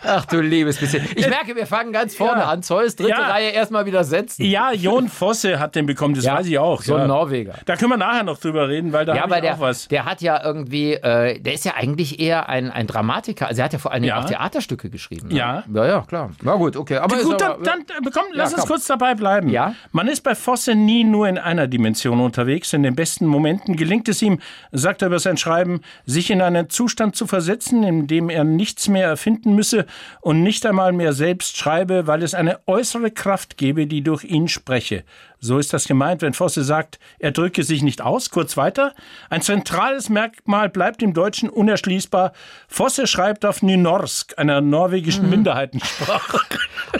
Speaker 1: Ach du liebes bisschen. Ich merke, wir fangen ganz vorne
Speaker 2: Äh, Ja.
Speaker 1: an. Zeus, dritte
Speaker 2: Ja.
Speaker 1: Reihe, erstmal wieder setzen.
Speaker 2: [laughs] Ja, Jon Fosse hat den bekommen, das weiß ich auch.
Speaker 1: So
Speaker 2: ja.
Speaker 1: ein Norweger.
Speaker 2: Da können wir nachher noch drüber reden, weil da
Speaker 1: Ja,
Speaker 2: hab
Speaker 1: aber
Speaker 2: ich
Speaker 1: der,
Speaker 2: auch was.
Speaker 1: der hat ja irgendwie, äh, der ist ja eigentlich eher ein, ein Dramatiker. Also er hat ja vor allen Dingen
Speaker 2: Ja.
Speaker 1: auch Theaterstücke geschrieben. Ne?
Speaker 2: Ja.
Speaker 1: Ja, ja, klar. Na gut, okay. Aber ist
Speaker 2: Gut,
Speaker 1: aber,
Speaker 2: dann, dann äh, komm, lass uns
Speaker 1: komm.
Speaker 2: kurz dabei bleiben.
Speaker 1: Ja.
Speaker 2: Man ist bei Fosse nie nur in einer Dimension unterwegs. In den besten Momenten gelingt es ihm, sagt er über sein Schreiben, sich in einen Zustand zu versetzen, in dem er nichts mehr erfinden müsse und nicht einmal mehr selbst schreibe, weil es eine äußere Kraft gebe, die durch ihn spreche. So ist das gemeint, wenn Fosse sagt, er drücke sich nicht aus. Kurz weiter. Ein zentrales Merkmal bleibt im Deutschen unerschließbar. Fosse schreibt auf Nynorsk, einer
Speaker 1: Mhm.
Speaker 2: norwegischen
Speaker 1: [laughs]
Speaker 2: Minderheitensprache.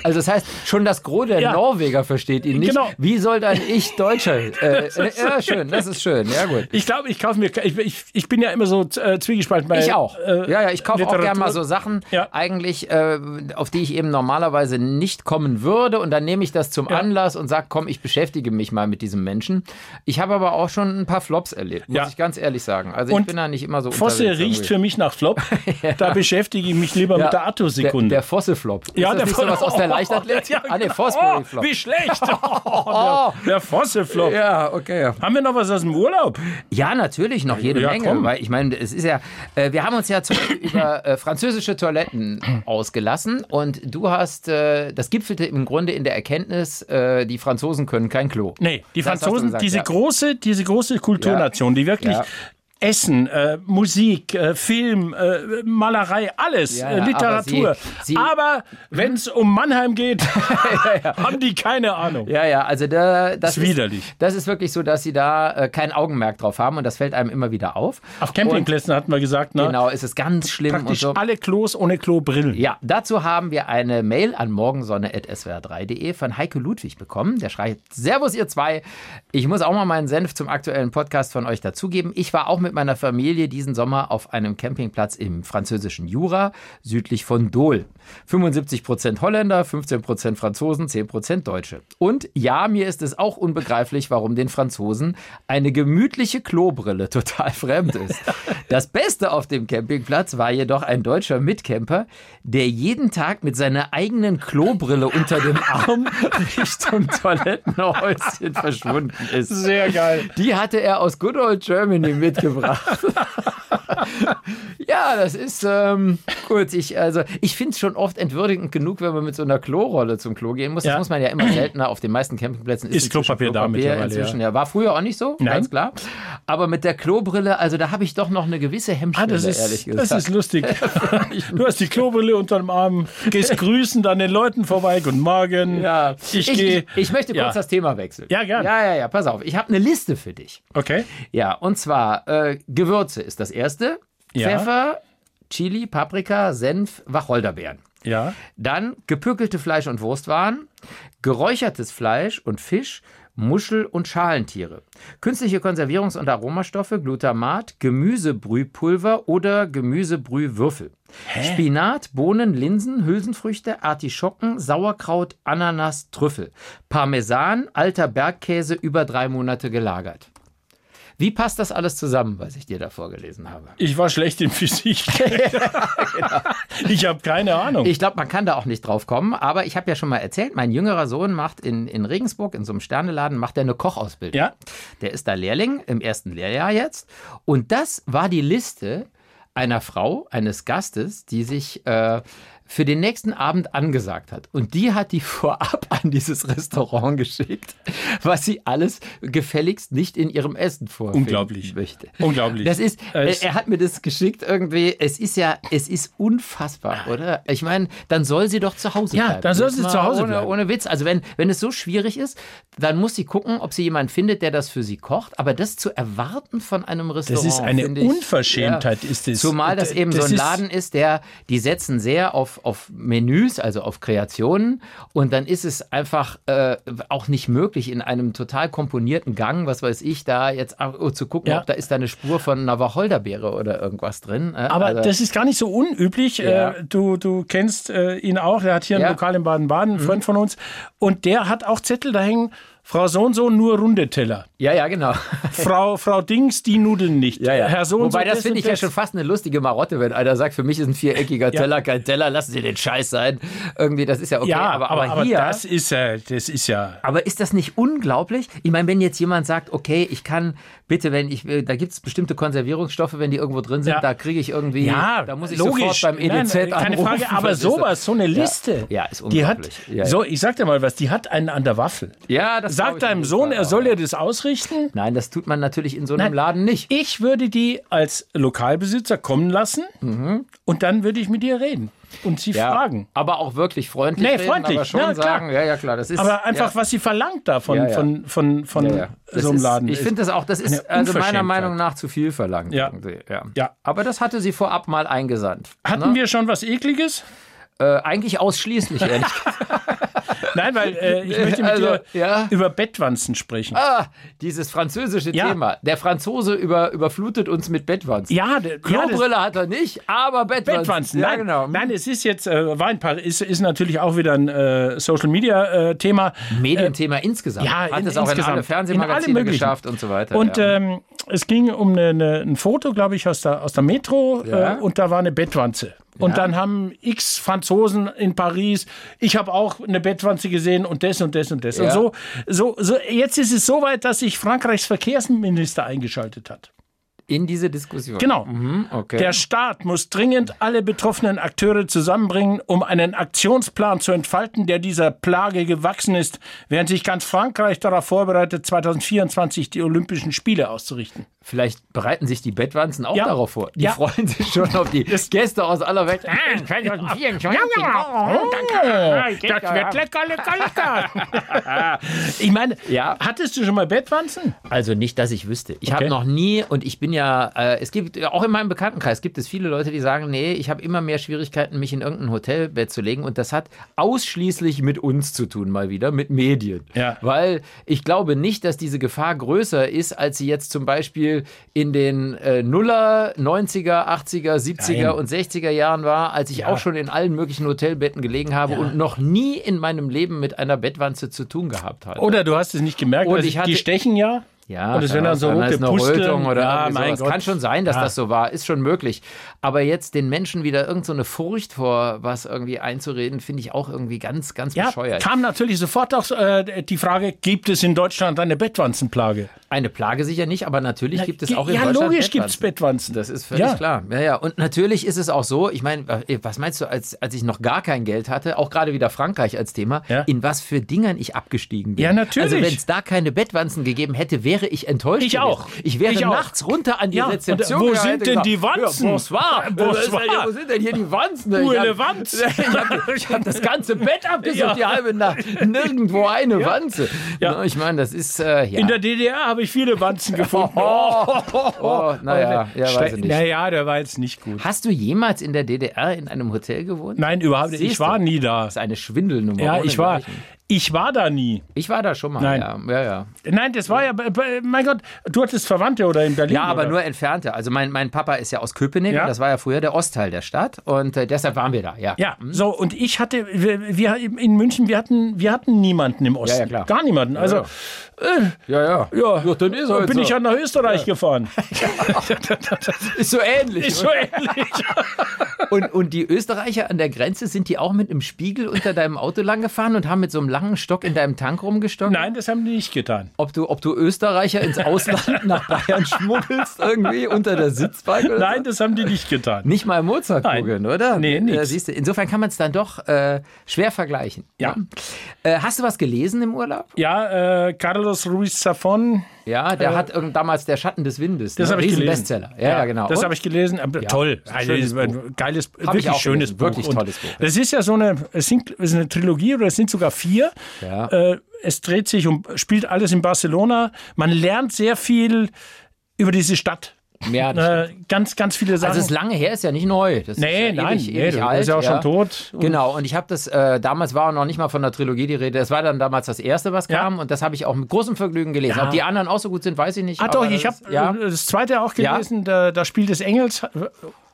Speaker 1: also das heißt, schon das Gros der
Speaker 2: Ja.
Speaker 1: Norweger versteht ihn nicht.
Speaker 2: Genau.
Speaker 1: Wie soll dann ich Deutscher?
Speaker 2: [laughs]
Speaker 1: Äh, äh, ja, schön, das ist schön. Ja, gut.
Speaker 2: Ich glaube, ich kaufe mir. Ich, ich, ich bin ja immer so äh, zwiegespalten bei.
Speaker 1: Ich auch.
Speaker 2: äh,
Speaker 1: ja, ja, ich kaufe auch
Speaker 2: Literatur.
Speaker 1: gerne mal so Sachen,
Speaker 2: Ja.
Speaker 1: eigentlich, äh, auf die ich eben normalerweise nicht kommen würde. Und dann nehme ich das zum Anlass und sage, komm, ich beschäftige mich mal mit diesem Menschen. Ich habe aber auch schon ein paar Flops erlebt, muss
Speaker 2: Ja.
Speaker 1: ich ganz ehrlich sagen. Also ich
Speaker 2: Und
Speaker 1: bin da nicht immer so
Speaker 2: Fosse
Speaker 1: unterwegs
Speaker 2: riecht
Speaker 1: irgendwie.
Speaker 2: für mich nach
Speaker 1: [laughs]
Speaker 2: Flop. Da beschäftige ich mich lieber
Speaker 1: Ja,
Speaker 2: mit der Attosekunde.
Speaker 1: Der, der Fosse-Flop. Ist das nicht
Speaker 2: Fo-
Speaker 1: sowas aus der Leichtathletik?
Speaker 2: [laughs] Ja,
Speaker 1: ah, nee,
Speaker 2: genau. oh,
Speaker 1: Fosbury-Flop.
Speaker 2: wie schlecht.
Speaker 1: [laughs]
Speaker 2: [laughs] Oh, der der Fosse-Flop.
Speaker 1: ja, okay.
Speaker 2: Haben wir noch was aus dem Urlaub?
Speaker 1: Ja, natürlich noch jede
Speaker 2: Ja,
Speaker 1: Menge.
Speaker 2: komm.
Speaker 1: Weil ich meine, es ist ja, äh, wir haben uns ja
Speaker 2: [coughs]
Speaker 1: zum Beispiel über äh, französische Toiletten ausgelassen und du hast, äh, das gipfelte im Grunde in der Erkenntnis, äh, die Franzosen können kein Klo.
Speaker 2: Nee, die
Speaker 1: Das hast du
Speaker 2: Franzosen,
Speaker 1: gesagt,
Speaker 2: diese,
Speaker 1: ja.
Speaker 2: große, diese große Kulturnation, die wirklich.
Speaker 1: Ja.
Speaker 2: Essen, äh, Musik, äh, Film, äh, Malerei, alles,
Speaker 1: Ja,
Speaker 2: äh,
Speaker 1: ja, aber
Speaker 2: Literatur. Aber,
Speaker 1: sie- sie-
Speaker 2: wenn es um
Speaker 1: [laughs]
Speaker 2: Mannheim geht, haben die keine Ahnung.
Speaker 1: Ja, ja, also da, das
Speaker 2: Ist widerlich.
Speaker 1: Ist, das ist wirklich so, dass sie da äh, kein Augenmerk drauf haben und das fällt einem immer wieder auf.
Speaker 2: Auf Campingplätzen hatten wir gesagt, ne?
Speaker 1: Und genau, es ist ganz schlimm und
Speaker 2: praktisch
Speaker 1: so.
Speaker 2: alle Klos ohne Klobrillen.
Speaker 1: Ja, dazu haben wir eine Mail an morgensonne.swr3.de von Heike Ludwig bekommen. Der schreibt, Servus ihr zwei, ich muss auch mal meinen Senf zum aktuellen Podcast von euch dazugeben. Ich war auch mit meiner Familie diesen Sommer auf einem Campingplatz im französischen Jura, südlich von Dole. 75% Holländer, 15% Franzosen, 10% Deutsche. Und ja, mir ist es auch unbegreiflich, warum den Franzosen eine gemütliche Klobrille total [laughs] fremd ist. Das Beste auf dem Campingplatz war jedoch ein deutscher Mitcamper, der jeden Tag mit seiner eigenen Klobrille unter dem Arm [laughs] Richtung Toilettenhäuschen verschwunden ist.
Speaker 2: Sehr geil.
Speaker 1: Die hatte er aus Good Old Germany
Speaker 2: [laughs]
Speaker 1: mitgebracht. ja, das ist ähm, gut. Ich, also, ich finde es schon oft entwürdigend genug, wenn man mit so einer Klorolle zum Klo gehen muss. Das
Speaker 2: Ja.
Speaker 1: muss man ja immer seltener. Auf den meisten Campingplätzen ist,
Speaker 2: Ist
Speaker 1: inzwischen
Speaker 2: Klopapier da mittlerweile,
Speaker 1: Inzwischen, ja. War früher auch nicht so,
Speaker 2: Nein.
Speaker 1: ganz klar. Aber mit der Klobrille, also da habe ich doch noch eine gewisse Hemmschwelle,
Speaker 2: Ah, das,
Speaker 1: ehrlich
Speaker 2: ist,
Speaker 1: gesagt.
Speaker 2: das
Speaker 1: [laughs]
Speaker 2: ist lustig. Du hast die Klobrille unter dem Arm, gehst grüßen an den Leuten vorbei. Guten Morgen.
Speaker 1: ja,
Speaker 2: Ich gehe.
Speaker 1: ich möchte kurz
Speaker 2: Ja.
Speaker 1: das Thema wechseln.
Speaker 2: Ja, gern.
Speaker 1: Ja, ja, ja, pass auf. Ich habe eine Liste für dich.
Speaker 2: Okay.
Speaker 1: Ja, und zwar äh, Gewürze ist das erste.
Speaker 2: Ja.
Speaker 1: Pfeffer, Chili, Paprika, Senf, Wacholderbeeren.
Speaker 2: Ja.
Speaker 1: Dann gepökelte Fleisch- und Wurstwaren, geräuchertes Fleisch und Fisch, Muschel- und Schalentiere, künstliche Konservierungs- und Aromastoffe, Glutamat, Gemüsebrühpulver oder Gemüsebrühwürfel, Spinat, Bohnen, Linsen, Hülsenfrüchte, Artischocken, Sauerkraut, Ananas, Trüffel, Parmesan, alter Bergkäse über drei Monate gelagert. Wie passt das alles zusammen, was ich dir da vorgelesen habe?
Speaker 2: Ich war schlecht
Speaker 1: [laughs]
Speaker 2: in Physik. Ich habe keine Ahnung.
Speaker 1: genau. Ich glaube, man kann da auch nicht drauf kommen, aber ich habe ja schon mal erzählt, mein jüngerer Sohn macht in, in Regensburg, in so einem Sterneladen, macht er eine Kochausbildung.
Speaker 2: Ja.
Speaker 1: Der ist da Lehrling im ersten Lehrjahr jetzt. Und das war die Liste einer Frau, eines Gastes, die sich äh, für den nächsten Abend angesagt hat. Und die hat die [laughs] vorab an dieses Restaurant geschickt, was sie alles gefälligst nicht in ihrem Essen vorfinden
Speaker 2: Unglaublich.
Speaker 1: möchte.
Speaker 2: Unglaublich.
Speaker 1: Das ist, äh,
Speaker 2: Es-
Speaker 1: er hat mir das geschickt irgendwie. Es ist ja, es ist
Speaker 2: Ah.
Speaker 1: unfassbar, oder? Ich meine, dann soll sie doch zu Hause
Speaker 2: Ja,
Speaker 1: bleiben.
Speaker 2: dann soll
Speaker 1: Jetzt
Speaker 2: sie
Speaker 1: mal
Speaker 2: zu Hause
Speaker 1: ohne,
Speaker 2: bleiben.
Speaker 1: Ohne Witz. Also wenn, wenn es so schwierig ist, dann muss sie gucken, ob sie jemanden findet, der das für sie kocht. Aber das zu erwarten von einem Restaurant.
Speaker 2: ist eine
Speaker 1: finde ich,
Speaker 2: Unverschämtheit, ist es.
Speaker 1: Zumal das
Speaker 2: D-
Speaker 1: eben
Speaker 2: das
Speaker 1: so ein
Speaker 2: ist-
Speaker 1: Laden ist, der, die setzen sehr auf, auf Menüs, also auf Kreationen. Und dann ist es einfach äh, auch nicht möglich, in einem total komponierten Gang, was weiß ich, da jetzt auch oh, zu gucken,
Speaker 2: Ja.
Speaker 1: ob da ist da eine Spur von einer Wacholderbeere oder irgendwas drin. Äh,
Speaker 2: Aber
Speaker 1: also,
Speaker 2: das ist gar nicht so unüblich.
Speaker 1: Ja.
Speaker 2: Äh, Du, du kennst äh, ihn auch. Er hat hier
Speaker 1: Ja. Mhm.
Speaker 2: ein Lokal in Baden-Baden, ein Freund von uns. Und der hat auch Zettel da hängen. Frau so und so nur runde
Speaker 1: [laughs]
Speaker 2: Teller.
Speaker 1: ja, ja, genau.
Speaker 2: Frau, Frau Dings, die Nudeln nicht. Herr so und
Speaker 1: Wobei,
Speaker 2: so.
Speaker 1: das finde ich ja schon fast eine lustige Marotte, wenn einer sagt, für mich ist ein viereckiger Teller kein Teller, lassen Sie den Scheiß sein. Irgendwie, das ist ja okay.
Speaker 2: Ja,
Speaker 1: aber, aber, hier,
Speaker 2: das ist ja, das ist ja.
Speaker 1: Aber ist das nicht unglaublich? Ich meine, wenn jetzt jemand sagt, okay, ich kann bitte, wenn ich will, da gibt es bestimmte Konservierungsstoffe, wenn die irgendwo drin sind,
Speaker 2: Ja.
Speaker 1: da kriege ich irgendwie,
Speaker 2: Ja,
Speaker 1: da muss ich sofort
Speaker 2: logisch.
Speaker 1: beim EDZ
Speaker 2: Nein, äh, keine
Speaker 1: anrufen.
Speaker 2: Frage, aber
Speaker 1: Was ist [laughs] das?
Speaker 2: sowas, so eine Liste,
Speaker 1: Ja, ist
Speaker 2: die hat,
Speaker 1: unglaublich. Ja, ja.
Speaker 2: so, ich sag dir mal was, die hat einen an der Waffel.
Speaker 1: Ja, das glaub
Speaker 2: Sag
Speaker 1: ich
Speaker 2: deinem
Speaker 1: auf jeden
Speaker 2: Sohn,
Speaker 1: Fall
Speaker 2: er
Speaker 1: auch.
Speaker 2: soll ja das ausrichten.
Speaker 1: Nein, das tut man natürlich in so einem
Speaker 2: Nein.
Speaker 1: Laden nicht.
Speaker 2: Ich würde die als Lokalbesitzer kommen lassen und dann würde ich mit ihr reden und sie
Speaker 1: Mhm. Ja,
Speaker 2: fragen.
Speaker 1: Aber auch wirklich freundlich.
Speaker 2: Nee,
Speaker 1: reden,
Speaker 2: freundlich.
Speaker 1: Aber schon
Speaker 2: Ja, klar.
Speaker 1: sagen, ja, ja, klar. Das ist,
Speaker 2: Aber einfach,
Speaker 1: ja.
Speaker 2: was sie verlangt da von,
Speaker 1: Ja, ja.
Speaker 2: von, von, von
Speaker 1: Ja, ja. Das
Speaker 2: so einem
Speaker 1: ist,
Speaker 2: Laden.
Speaker 1: Ich
Speaker 2: ist.
Speaker 1: finde das auch, das ist
Speaker 2: eine
Speaker 1: also meiner
Speaker 2: Unverschämtheit.
Speaker 1: Meinung nach zu viel verlangt.
Speaker 2: Ja.
Speaker 1: irgendwie, Ja.
Speaker 2: Ja.
Speaker 1: Aber das hatte sie vorab mal eingesandt.
Speaker 2: Hatten wir schon was Ekliges?
Speaker 1: Äh, eigentlich ausschließlich,
Speaker 2: [laughs]
Speaker 1: ehrlich
Speaker 2: Nein, weil
Speaker 1: [laughs]
Speaker 2: äh, ich möchte mit
Speaker 1: Also,
Speaker 2: dir
Speaker 1: ja.
Speaker 2: über Bettwanzen sprechen.
Speaker 1: Ah, dieses französische
Speaker 2: Ja.
Speaker 1: Thema. Der Franzose über, überflutet uns mit Bettwanzen.
Speaker 2: Ja, der- ja,
Speaker 1: Klobrille hat er nicht, aber Bettwanzen.
Speaker 2: Bettwanzen,
Speaker 1: ja,
Speaker 2: nein,
Speaker 1: genau.
Speaker 2: nein, es ist jetzt, äh, war ein paar, ist, ist natürlich auch wieder ein äh, Social Media äh, Thema.
Speaker 1: Medienthema insgesamt.
Speaker 2: ja,
Speaker 1: hat
Speaker 2: in-
Speaker 1: es auch in alle
Speaker 2: insgesamt. In alle
Speaker 1: Fernsehmagazine
Speaker 2: möglichen.
Speaker 1: geschafft und so weiter.
Speaker 2: Und
Speaker 1: ja.
Speaker 2: ähm, es ging um eine, eine, ein Foto, glaube ich, aus der, aus der Metro
Speaker 1: Ja.
Speaker 2: äh, und da war eine Bettwanze. Und dann haben x Franzosen in Paris, ich habe auch eine Bettwanze gesehen und das und das und das.
Speaker 1: Ja.
Speaker 2: Und so, so, so, jetzt ist es so weit, dass sich Frankreichs Verkehrsminister eingeschaltet hat.
Speaker 1: in diese Diskussion.
Speaker 2: Genau.
Speaker 1: Mhm, okay.
Speaker 2: Der Staat muss dringend alle betroffenen Akteure zusammenbringen, um einen Aktionsplan zu entfalten, der dieser Plage gewachsen ist, während sich ganz Frankreich darauf vorbereitet, 2024 die Olympischen Spiele auszurichten.
Speaker 1: Vielleicht bereiten sich die Bettwanzen auch
Speaker 2: Ja.
Speaker 1: darauf vor. Die
Speaker 2: Ja. Ah.
Speaker 1: freuen sich schon auf die Gäste aus aller Welt.
Speaker 2: Oh,
Speaker 1: Oh.
Speaker 2: Das wird lecker, lecker,
Speaker 1: [laughs]
Speaker 2: lecker. ich meine,
Speaker 1: Ja.
Speaker 2: hattest du schon mal Bettwanzen?
Speaker 1: Also nicht, dass ich wüsste. Ich habe
Speaker 2: Okay.
Speaker 1: noch nie und ich bin ja, äh, es gibt ja auch in meinem Bekanntenkreis gibt es viele Leute, die sagen, nee, ich habe immer mehr Schwierigkeiten, mich in irgendein Hotelbett zu legen und das hat ausschließlich mit uns zu tun, mal wieder mit Medien,
Speaker 2: Ja.
Speaker 1: weil ich glaube nicht, dass diese Gefahr größer ist, als sie jetzt zum Beispiel in den äh, Nuller, 90er, 80er, 70er
Speaker 2: Nein.
Speaker 1: und 60er Jahren war, als ich auch schon in allen möglichen Hotelbetten gelegen habe und noch nie in meinem Leben mit einer Bettwanze zu tun gehabt habe.
Speaker 2: Oder du hast es nicht gemerkt,
Speaker 1: Und
Speaker 2: weil
Speaker 1: ich
Speaker 2: ich
Speaker 1: hatte-
Speaker 2: die stechen ja.
Speaker 1: Ja,
Speaker 2: Und es werden dann so
Speaker 1: ist
Speaker 2: rote
Speaker 1: eine
Speaker 2: Pusteln.
Speaker 1: Rötung oder
Speaker 2: Ja,
Speaker 1: irgendwie
Speaker 2: mein
Speaker 1: sowas.
Speaker 2: Gott.
Speaker 1: Kann schon sein, dass
Speaker 2: Ja.
Speaker 1: das so war, ist schon möglich. Aber jetzt den Menschen wieder irgend so eine Furcht vor was irgendwie einzureden, finde ich auch irgendwie ganz, ganz
Speaker 2: Ja,
Speaker 1: bescheuert.
Speaker 2: kam natürlich sofort auch äh, die Frage, gibt es in Deutschland eine Bettwanzenplage?
Speaker 1: Eine Plage sicher nicht, aber natürlich gibt es
Speaker 2: Ge-
Speaker 1: auch in
Speaker 2: ja,
Speaker 1: Deutschland
Speaker 2: logisch gibt es
Speaker 1: Bettwanzen.
Speaker 2: Bettwanzen.
Speaker 1: Das ist völlig
Speaker 2: Ja.
Speaker 1: klar. Ja, ja. Und natürlich ist es auch so, ich meine, was meinst du, als, als ich noch gar kein Geld hatte, auch gerade wieder Frankreich als Thema,
Speaker 2: Ja.
Speaker 1: in was für Dingern ich abgestiegen bin.
Speaker 2: Ja, natürlich.
Speaker 1: Also wenn es da keine Bettwanzen gegeben hätte, wäre ich enttäuscht
Speaker 2: Ich
Speaker 1: gewesen.
Speaker 2: auch.
Speaker 1: Ich wäre
Speaker 2: Ich auch.
Speaker 1: nachts runter an die
Speaker 2: Ja,
Speaker 1: Rezeption.
Speaker 2: und äh, wo
Speaker 1: gegangen,
Speaker 2: sind
Speaker 1: hätte
Speaker 2: denn
Speaker 1: gesagt,
Speaker 2: die Wanzen?
Speaker 1: Ja, bonsoir.
Speaker 2: [laughs] Bonsoir.
Speaker 1: Wo sind denn hier die Wanzen?
Speaker 2: [laughs]
Speaker 1: Ich
Speaker 2: Uhle
Speaker 1: hab-
Speaker 2: Wanz.
Speaker 1: [laughs] Ich habe hab das ganze Bett abgesucht,
Speaker 2: [laughs] Ja.
Speaker 1: die halbe Nacht. Nirgendwo eine Wanze.
Speaker 2: Ja.
Speaker 1: Ich meine, das ist... Äh, ja.
Speaker 2: In der DDR habe ich viele
Speaker 1: [laughs]
Speaker 2: Wanzen gefunden.
Speaker 1: oh, naja, ja, weiß ich nicht.
Speaker 2: Naja, der war jetzt nicht gut.
Speaker 1: Hast du jemals in der DDR in einem Hotel gewohnt?
Speaker 2: Nein, überhaupt nicht.
Speaker 1: Siehst
Speaker 2: Ich war
Speaker 1: du.
Speaker 2: nie da.
Speaker 1: Das ist eine Schwindelnummer.
Speaker 2: Ja,
Speaker 1: ohne
Speaker 2: ich war,
Speaker 1: Gleichen.
Speaker 2: Ich war da nie.
Speaker 1: Ich war da schon mal.
Speaker 2: Nein.
Speaker 1: Ja, ja. ja.
Speaker 2: Nein, das war ja, bei- bei- mein Gott, du hattest Verwandte oder in Berlin.
Speaker 1: Ja, aber
Speaker 2: oder?
Speaker 1: nur entfernte. Also mein, mein Papa ist ja aus Köpenick,
Speaker 2: Ja.
Speaker 1: das war ja früher der Ostteil der Stadt und äh, deshalb waren wir da, ja. Mhm.
Speaker 2: Ja, so und ich hatte, wir, wir in München, wir hatten, wir hatten niemanden im Osten,
Speaker 1: ja, klar.
Speaker 2: gar niemanden. Also
Speaker 1: ja. ja, ja.
Speaker 2: ja,
Speaker 1: dann ist halt
Speaker 2: bin
Speaker 1: so.
Speaker 2: ich ja nach
Speaker 1: [laughs]
Speaker 2: Österreich gefahren.
Speaker 1: Ist so ähnlich.
Speaker 2: Ist so ähnlich. [laughs]
Speaker 1: Und, und die Österreicher an der Grenze, sind die auch mit einem Spiegel unter deinem Auto lang gefahren und haben mit so einem langen Stock in deinem Tank rumgestockt?
Speaker 2: Nein, das haben die nicht getan.
Speaker 1: Ob du, ob du Österreicher ins
Speaker 2: [laughs]
Speaker 1: Ausland nach Bayern schmuggelst irgendwie unter der Sitzbank oder
Speaker 2: Nein,
Speaker 1: so?
Speaker 2: das haben die nicht getan.
Speaker 1: Nicht mal Mozart gucken,
Speaker 2: Nein.
Speaker 1: oder?
Speaker 2: Nee, nix.
Speaker 1: Äh, siehst du, insofern kann man es dann doch äh, schwer vergleichen.
Speaker 2: Ja.
Speaker 1: Äh, hast du was gelesen im Urlaub?
Speaker 2: Ja, äh, Carlos Ruiz Zafón,
Speaker 1: Ja, der hat irgend damals der Schatten des Windes.
Speaker 2: Äh, das
Speaker 1: ne?
Speaker 2: habe ich gelesen.
Speaker 1: Bestseller. Ja, ja, genau.
Speaker 2: Das
Speaker 1: Und?
Speaker 2: habe ich gelesen. Aber Toll.
Speaker 1: ist ein
Speaker 2: Also,
Speaker 1: schönes
Speaker 2: ist ein geiles, wirklich
Speaker 1: auch
Speaker 2: schönes
Speaker 1: gelesen.
Speaker 2: Buch.
Speaker 1: Wirklich
Speaker 2: Und
Speaker 1: tolles Buch, ja.
Speaker 2: Das ist ja so eine, es, sind, es ist eine Trilogie oder es sind sogar vier.
Speaker 1: Ja.
Speaker 2: Äh, es dreht sich um, spielt alles in Barcelona. Man lernt sehr viel über diese Stadt.
Speaker 1: ja, das
Speaker 2: Äh, ganz, ganz viele Sachen.
Speaker 1: Also es ist lange her, ist ja nicht neu. Das
Speaker 2: Nee,
Speaker 1: ist ja
Speaker 2: nein,
Speaker 1: ewig,
Speaker 2: nee,
Speaker 1: ewig
Speaker 2: du
Speaker 1: alt,
Speaker 2: bist ja auch schon tot. Und-
Speaker 1: Genau, und ich habe das, äh, damals war noch nicht mal von der Trilogie die Rede, das war dann damals das Erste, was
Speaker 2: Ja.
Speaker 1: kam und das habe ich auch mit großem Vergnügen gelesen.
Speaker 2: Ja.
Speaker 1: Ob die anderen auch so gut sind, weiß ich nicht.
Speaker 2: Ah doch,
Speaker 1: aber
Speaker 2: ich habe
Speaker 1: das ist- ja.
Speaker 2: das zweite auch
Speaker 1: Ja.
Speaker 2: gelesen, da, das Spiel des Engels äh,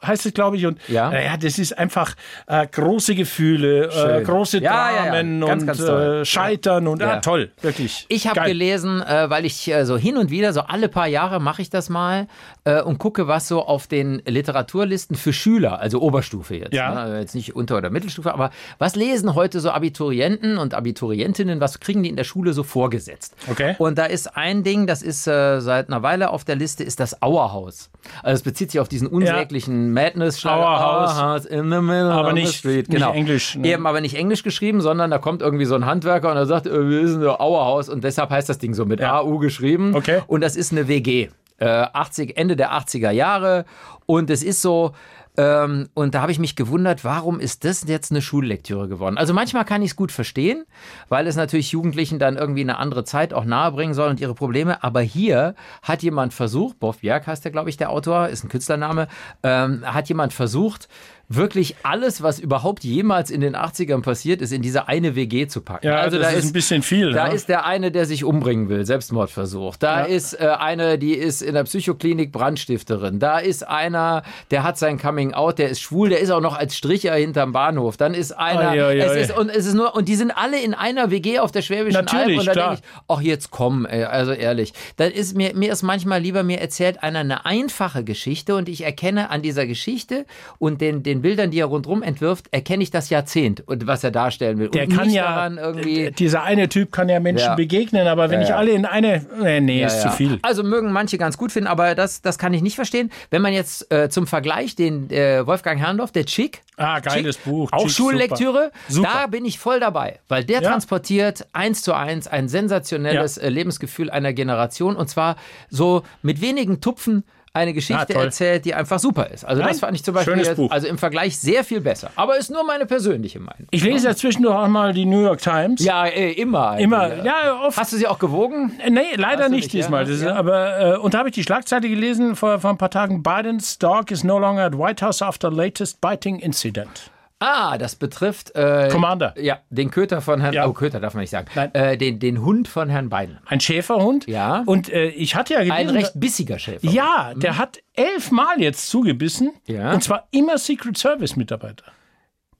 Speaker 2: heißt es, glaube ich. Und
Speaker 1: Ja.
Speaker 2: naja, das ist einfach äh, große Gefühle, äh,
Speaker 1: Schön.
Speaker 2: große
Speaker 1: Ja, ja, ja.
Speaker 2: Dramen
Speaker 1: Ganz,
Speaker 2: und
Speaker 1: ganz toll.
Speaker 2: äh, Scheitern und
Speaker 1: Ja.
Speaker 2: ah, toll, wirklich.
Speaker 1: Ich habe
Speaker 2: Geil.
Speaker 1: gelesen, äh, weil ich äh, so hin und wieder, so alle paar Jahre mache ich das mal äh, und gucke, was so auf den Literaturlisten für Schüler, also Oberstufe jetzt,
Speaker 2: Ja.
Speaker 1: ne? Also jetzt nicht Unter- oder Mittelstufe, aber was lesen heute so Abiturienten und Abiturientinnen, was kriegen die in der Schule so vorgesetzt?
Speaker 2: Okay.
Speaker 1: Und da ist ein Ding, das ist äh, seit einer Weile auf der Liste, ist das Auerhaus. Also es bezieht sich auf diesen unsäglichen madness
Speaker 2: Auerhaus.
Speaker 1: in the middle of
Speaker 2: Aber
Speaker 1: the
Speaker 2: nicht-
Speaker 1: street.
Speaker 2: nicht
Speaker 1: Genau.
Speaker 2: Englisch, ne?
Speaker 1: Eben, aber nicht Englisch geschrieben, sondern da kommt irgendwie so ein Handwerker und er sagt, äh, wir sind so Auerhaus und deshalb heißt das Ding so mit
Speaker 2: Ja.
Speaker 1: AU geschrieben.
Speaker 2: Okay.
Speaker 1: Und das ist eine WG. Äh, 80, Ende der 80er Jahre. Und es ist so. Ähm, und da habe ich mich gewundert, warum ist das jetzt eine Schullektüre geworden? Also manchmal kann ich es gut verstehen, weil es natürlich Jugendlichen dann irgendwie eine andere Zeit auch nahebringen soll und ihre Probleme. Aber hier hat jemand versucht, Boff Bjerg heißt der, glaube ich, der Autor, ist ein Künstlername, ähm, hat jemand versucht, wirklich alles, was überhaupt jemals in den 80ern passiert ist, in diese eine WG zu packen.
Speaker 2: Ja,
Speaker 1: also
Speaker 2: das
Speaker 1: da
Speaker 2: ist ein bisschen viel. ne?
Speaker 1: da
Speaker 2: ja.
Speaker 1: ist der eine, der sich umbringen will, Selbstmordversuch. Da ist äh, eine, die ist in der Psychoklinik Brandstifterin. Da ist einer, der hat sein Coming Out, der ist schwul, der ist auch noch als Stricher hinterm Bahnhof. Dann ist einer,
Speaker 2: Ei, ei,
Speaker 1: es
Speaker 2: ei.
Speaker 1: ist und es ist nur und die sind alle in einer WG auf der Schwäbischen Alb
Speaker 2: Natürlich,
Speaker 1: und da
Speaker 2: klar.
Speaker 1: denke ich, ach jetzt komm, ey, also ehrlich, dann ist mir mir ist manchmal lieber mir erzählt einer eine einfache Geschichte und ich erkenne an dieser Geschichte und den den Bildern, die er rundrum entwirft, erkenne ich das Jahrzehnt und was er darstellen will.
Speaker 2: der
Speaker 1: und
Speaker 2: kann
Speaker 1: nicht
Speaker 2: ja,
Speaker 1: daran irgendwie
Speaker 2: d- dieser eine Typ kann ja Menschen
Speaker 1: Ja.
Speaker 2: begegnen, aber wenn
Speaker 1: Ja,
Speaker 2: ich
Speaker 1: ja.
Speaker 2: alle in eine, nee, nee ist
Speaker 1: Ja,
Speaker 2: zu
Speaker 1: ja.
Speaker 2: viel.
Speaker 1: Also mögen manche ganz gut finden, aber das, das kann ich nicht verstehen. Wenn man jetzt äh, zum Vergleich den äh, Wolfgang Herrndorf, der Chick,
Speaker 2: Ah, geiles Buch.
Speaker 1: auch
Speaker 2: Chick,
Speaker 1: Schullektüre,
Speaker 2: super. Super.
Speaker 1: da bin ich voll dabei, weil der
Speaker 2: Ja.
Speaker 1: transportiert eins zu eins ein sensationelles äh, Lebensgefühl einer Generation und zwar so mit wenigen Tupfen eine Geschichte
Speaker 2: toll.
Speaker 1: erzählt, die einfach super ist. Also
Speaker 2: Nein,
Speaker 1: das fand ich zum Beispiel
Speaker 2: schönes
Speaker 1: jetzt,
Speaker 2: Buch.
Speaker 1: also im Vergleich sehr viel besser. Aber ist nur meine persönliche Meinung.
Speaker 2: Ich lese ja zwischendurch auch mal die New York Times.
Speaker 1: Ja, äh, immer. eigentlich.
Speaker 2: Immer, ja, oft.
Speaker 1: Hast du sie auch gewogen?
Speaker 2: Äh, Nee, leider
Speaker 1: Hast du
Speaker 2: nicht,
Speaker 1: nicht,
Speaker 2: diesmal.
Speaker 1: ja?
Speaker 2: Das ist,
Speaker 1: Ja.
Speaker 2: Aber, äh, und da habe ich die Schlagzeile gelesen vor, vor ein paar Tagen. Biden's dog is no longer at White House after latest biting incident.
Speaker 1: Ah, das betrifft äh,
Speaker 2: Commander.
Speaker 1: Ja, den Köter von Herrn.
Speaker 2: Ja.
Speaker 1: Oh, Köter darf man nicht sagen.
Speaker 2: Nein.
Speaker 1: Äh, den, den Hund von Herrn Biden.
Speaker 2: Ein Schäferhund.
Speaker 1: Ja.
Speaker 2: Und äh, ich hatte ja gelesen.
Speaker 1: Ein recht bissiger Schäfer.
Speaker 2: ja, der hat elfmal jetzt zugebissen.
Speaker 1: Ja.
Speaker 2: Und zwar immer Secret Service Mitarbeiter.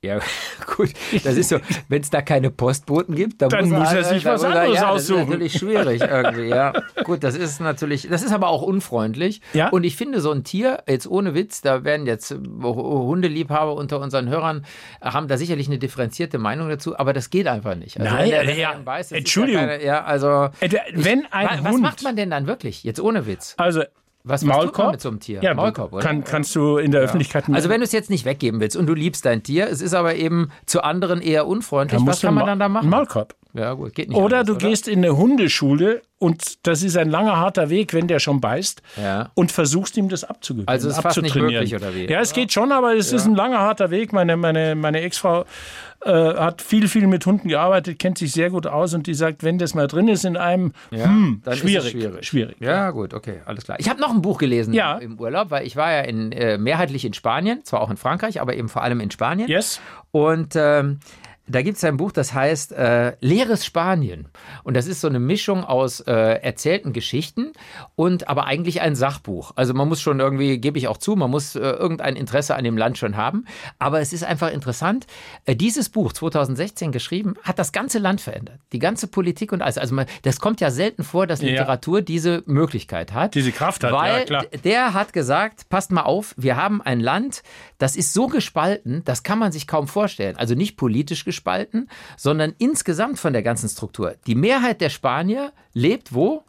Speaker 1: Ja, [laughs] gut. Das ist so, wenn es da keine Postboten gibt, dann,
Speaker 2: Dann muss er
Speaker 1: halt-
Speaker 2: sich
Speaker 1: dann
Speaker 2: was
Speaker 1: muss er-
Speaker 2: anderes
Speaker 1: ja,
Speaker 2: aussuchen.
Speaker 1: Das ist natürlich schwierig irgendwie, ja. Gut, das ist natürlich, das ist aber auch unfreundlich.
Speaker 2: Ja.
Speaker 1: Und ich finde, so ein Tier, jetzt ohne Witz, da werden jetzt Hundeliebhaber unter unseren Hörern, haben da sicherlich eine differenzierte Meinung dazu, aber das geht einfach nicht. Also,
Speaker 2: Nein, äh,
Speaker 1: wenn der- wenn
Speaker 2: ja,
Speaker 1: der weiß, das ist
Speaker 2: Entschuldigung.
Speaker 1: Ja, keine, ja, also.
Speaker 2: Äh, der- wenn ein
Speaker 1: Wa- was
Speaker 2: Hund.
Speaker 1: macht man denn dann wirklich? Jetzt ohne Witz.
Speaker 2: Also.
Speaker 1: Was, was tut man
Speaker 2: Maulkorb?
Speaker 1: mit so einem Tier?
Speaker 2: Ja,
Speaker 1: Maulkorb, oder?
Speaker 2: Kann, kannst du in der Öffentlichkeit
Speaker 1: also wenn du es jetzt nicht weggeben willst und du liebst dein Tier, es ist aber eben zu anderen eher unfreundlich,
Speaker 2: musst
Speaker 1: was
Speaker 2: du
Speaker 1: kann man
Speaker 2: Ma-
Speaker 1: dann da machen?
Speaker 2: Maulkorb.
Speaker 1: Ja gut, geht nicht.
Speaker 2: Oder
Speaker 1: anders,
Speaker 2: du gehst in eine Hundeschule und das ist ein langer, harter Weg, wenn der schon beißt
Speaker 1: Ja.
Speaker 2: und versuchst ihm das abzugeben.
Speaker 1: Also ist fast nicht
Speaker 2: abzutrainieren.
Speaker 1: möglich, oder wie?
Speaker 2: Ja, es geht schon, aber es ist ein langer, harter Weg. Meine, meine, meine Ex-Frau äh, hat viel, viel mit Hunden gearbeitet, kennt sich sehr gut aus und die sagt, wenn das mal drin ist in einem,
Speaker 1: Ja,
Speaker 2: hm,
Speaker 1: dann ist es
Speaker 2: schwierig,
Speaker 1: schwierig.
Speaker 2: schwierig.
Speaker 1: Ja, gut, okay, alles klar. Ich habe noch ein Buch gelesen
Speaker 2: Ja.
Speaker 1: im Urlaub, weil ich war ja in, äh, mehrheitlich in Spanien, zwar auch in Frankreich, aber eben vor allem in Spanien.
Speaker 2: Yes?
Speaker 1: Und ähm, da gibt es ein Buch, das heißt äh, Leeres Spanien. Und das ist so eine Mischung aus äh, erzählten Geschichten und aber eigentlich ein Sachbuch. Also man muss schon irgendwie, gebe ich auch zu, man muss äh, irgendein Interesse an dem Land schon haben. Aber es ist einfach interessant. Äh, dieses Buch, 2016 geschrieben, hat das ganze Land verändert. Die ganze Politik und alles. Also man, das kommt ja selten vor, dass
Speaker 2: Ja.
Speaker 1: Literatur diese Möglichkeit hat.
Speaker 2: Diese Kraft hat,
Speaker 1: Weil
Speaker 2: ja, klar.
Speaker 1: d- der hat gesagt, passt mal auf, wir haben ein Land, das ist so gespalten, das kann man sich kaum vorstellen. Also nicht politisch gespalten, sondern insgesamt von der ganzen Struktur. Die Mehrheit der Spanier lebt wo?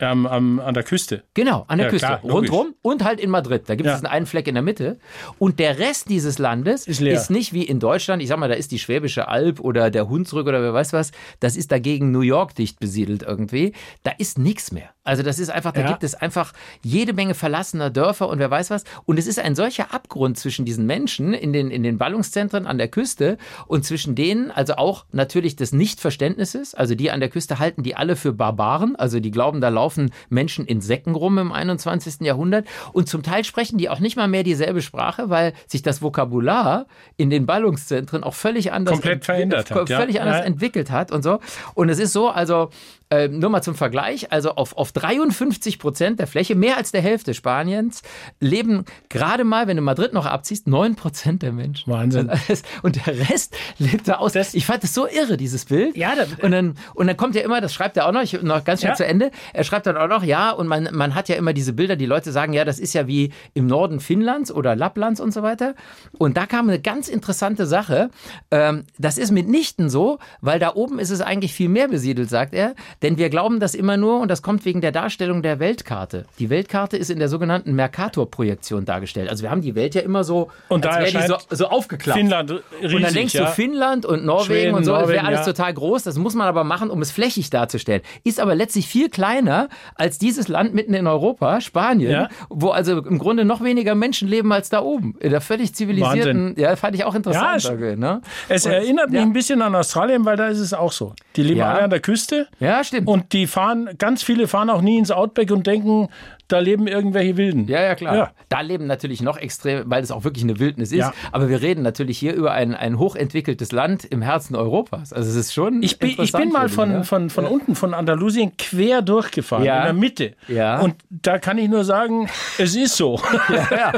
Speaker 2: Ähm, am, an der Küste.
Speaker 1: Genau, an der
Speaker 2: Ja,
Speaker 1: Küste,
Speaker 2: klar, logisch.
Speaker 1: rundrum und halt in Madrid. Da gibt
Speaker 2: Ja.
Speaker 1: es diesen einen Fleck in der Mitte. Und der Rest dieses Landes
Speaker 2: Ist
Speaker 1: ist,
Speaker 2: leer.
Speaker 1: nicht wie in Deutschland. Ich sag mal, da ist die Schwäbische Alb oder der Hunsrück oder wer weiß was. Das ist dagegen New York dicht besiedelt irgendwie. Da ist nichts mehr. Also das ist einfach, da
Speaker 2: Ja.
Speaker 1: gibt es einfach jede Menge verlassener Dörfer und wer weiß was. Und es ist ein solcher Abgrund zwischen diesen Menschen in den, in den Ballungszentren an der Küste und zwischen denen, also auch natürlich des Nichtverständnisses. Also die an der Küste halten die alle für Barbaren. Also die glauben, da laufen Menschen in Säcken rum im 21. Jahrhundert. Und zum Teil sprechen die auch nicht mal mehr dieselbe Sprache, weil sich das Vokabular in den Ballungszentren auch völlig anders
Speaker 2: Komplett
Speaker 1: entwi-
Speaker 2: verändert hat, ja.
Speaker 1: Völlig anders
Speaker 2: Ja.
Speaker 1: entwickelt hat und so. Und es ist so, also äh, nur mal zum Vergleich, also auf, auf 53 Prozent der Fläche, mehr als der Hälfte Spaniens, leben gerade mal, wenn du Madrid noch abziehst, 9 Prozent der Menschen. [laughs]
Speaker 2: Wahnsinn.
Speaker 1: Also es- Und der Rest lebt da aus.
Speaker 2: Das-
Speaker 1: ich fand das so irre, dieses Bild.
Speaker 2: Ja, da-
Speaker 1: und, dann, und dann kommt ja immer, das schreibt er auch noch, ich, noch ganz schnell
Speaker 2: Ja.
Speaker 1: zu Ende, er schreibt dann auch noch, ja, und man, man hat ja immer diese Bilder, die Leute sagen, ja, das ist ja wie im Norden Finnlands oder Lapplands und so weiter. Und da kam eine ganz interessante Sache. Ähm, das ist mitnichten so, weil da oben ist es eigentlich viel mehr besiedelt, sagt er. Denn wir glauben das immer nur, und das kommt wegen der Darstellung der Weltkarte. Die Weltkarte ist in der sogenannten Mercator-Projektion dargestellt. Also wir haben die Welt ja immer so,
Speaker 2: Und da
Speaker 1: als wäre die so,
Speaker 2: erscheint
Speaker 1: so aufgeklappt.
Speaker 2: Finnland riesig,
Speaker 1: Und dann denkst
Speaker 2: ja.
Speaker 1: du Finnland und Norwegen
Speaker 2: Schweden,
Speaker 1: und so, das
Speaker 2: Norwegen,
Speaker 1: wäre alles
Speaker 2: ja.
Speaker 1: total groß. Das muss man aber machen, um es flächig darzustellen. Ist aber letztlich viel kleiner als dieses Land mitten in Europa, Spanien,
Speaker 2: Ja.
Speaker 1: wo also im Grunde noch weniger Menschen leben als da oben. In der völlig zivilisierten, ja, fand ich auch
Speaker 2: Ja,
Speaker 1: interessant.
Speaker 2: es-
Speaker 1: irgendwie, ne?
Speaker 2: Es erinnert mich ein bisschen an Australien, weil da ist es auch so. Die leben
Speaker 1: Ja.
Speaker 2: alle an der Küste
Speaker 1: Ja, stimmt.
Speaker 2: und die fahren, ganz viele fahren auch nie ins Outback und denken, da leben irgendwelche Wilden.
Speaker 1: Ja, ja, klar.
Speaker 2: Ja.
Speaker 1: Da leben natürlich noch extrem, weil es auch wirklich eine Wildnis ist.
Speaker 2: Ja.
Speaker 1: Aber wir reden natürlich hier über ein, ein hochentwickeltes Land im Herzen Europas. Also es ist schon.
Speaker 2: Ich bin, ich bin mal von, von, von unten, von Andalusien, quer durchgefahren,
Speaker 1: Ja.
Speaker 2: in der Mitte.
Speaker 1: Ja.
Speaker 2: Und da kann ich nur sagen, es ist so.
Speaker 1: [laughs] Ja,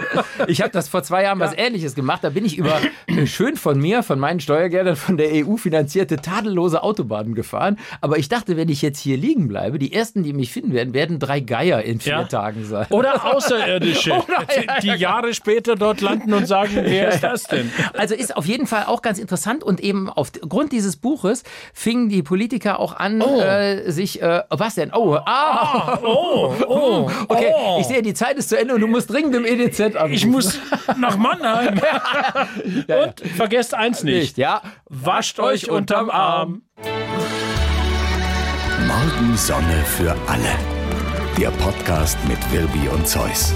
Speaker 1: ich habe das vor zwei Jahren was Ähnliches gemacht. Da bin ich über [clears throat] äh, schön von mir, von meinen Steuergeldern, von der EU finanzierte tadellose Autobahnen gefahren. Aber ich dachte, wenn ich jetzt hier liegen bleibe, die ersten, die mich finden werden, werden drei Geier in vier
Speaker 2: Ja.
Speaker 1: Tagen sein.
Speaker 2: [laughs] Oder
Speaker 1: [laughs]
Speaker 2: Außerirdische,
Speaker 1: Oder-
Speaker 2: die Jahre später dort landen und sagen,
Speaker 1: [laughs]
Speaker 2: wer ist das denn?
Speaker 1: Also ist auf jeden Fall auch ganz interessant und eben aufgrund dieses Buches fingen die Politiker auch an, äh, sich äh, was denn? Oh, ah,
Speaker 2: Oh, oh,
Speaker 1: [laughs] okay.
Speaker 2: oh.
Speaker 1: Ich sehe, die Zeit ist zu Ende und du musst dringend im EDZ anrufen.
Speaker 2: Ich muss nach Mannheim.
Speaker 1: [laughs] ja.
Speaker 2: Und vergesst eins nicht.
Speaker 1: nicht, ja.
Speaker 2: Wascht euch unterm Arm.
Speaker 3: Morgensonne für alle. Der Podcast mit Wirbi und Zeus.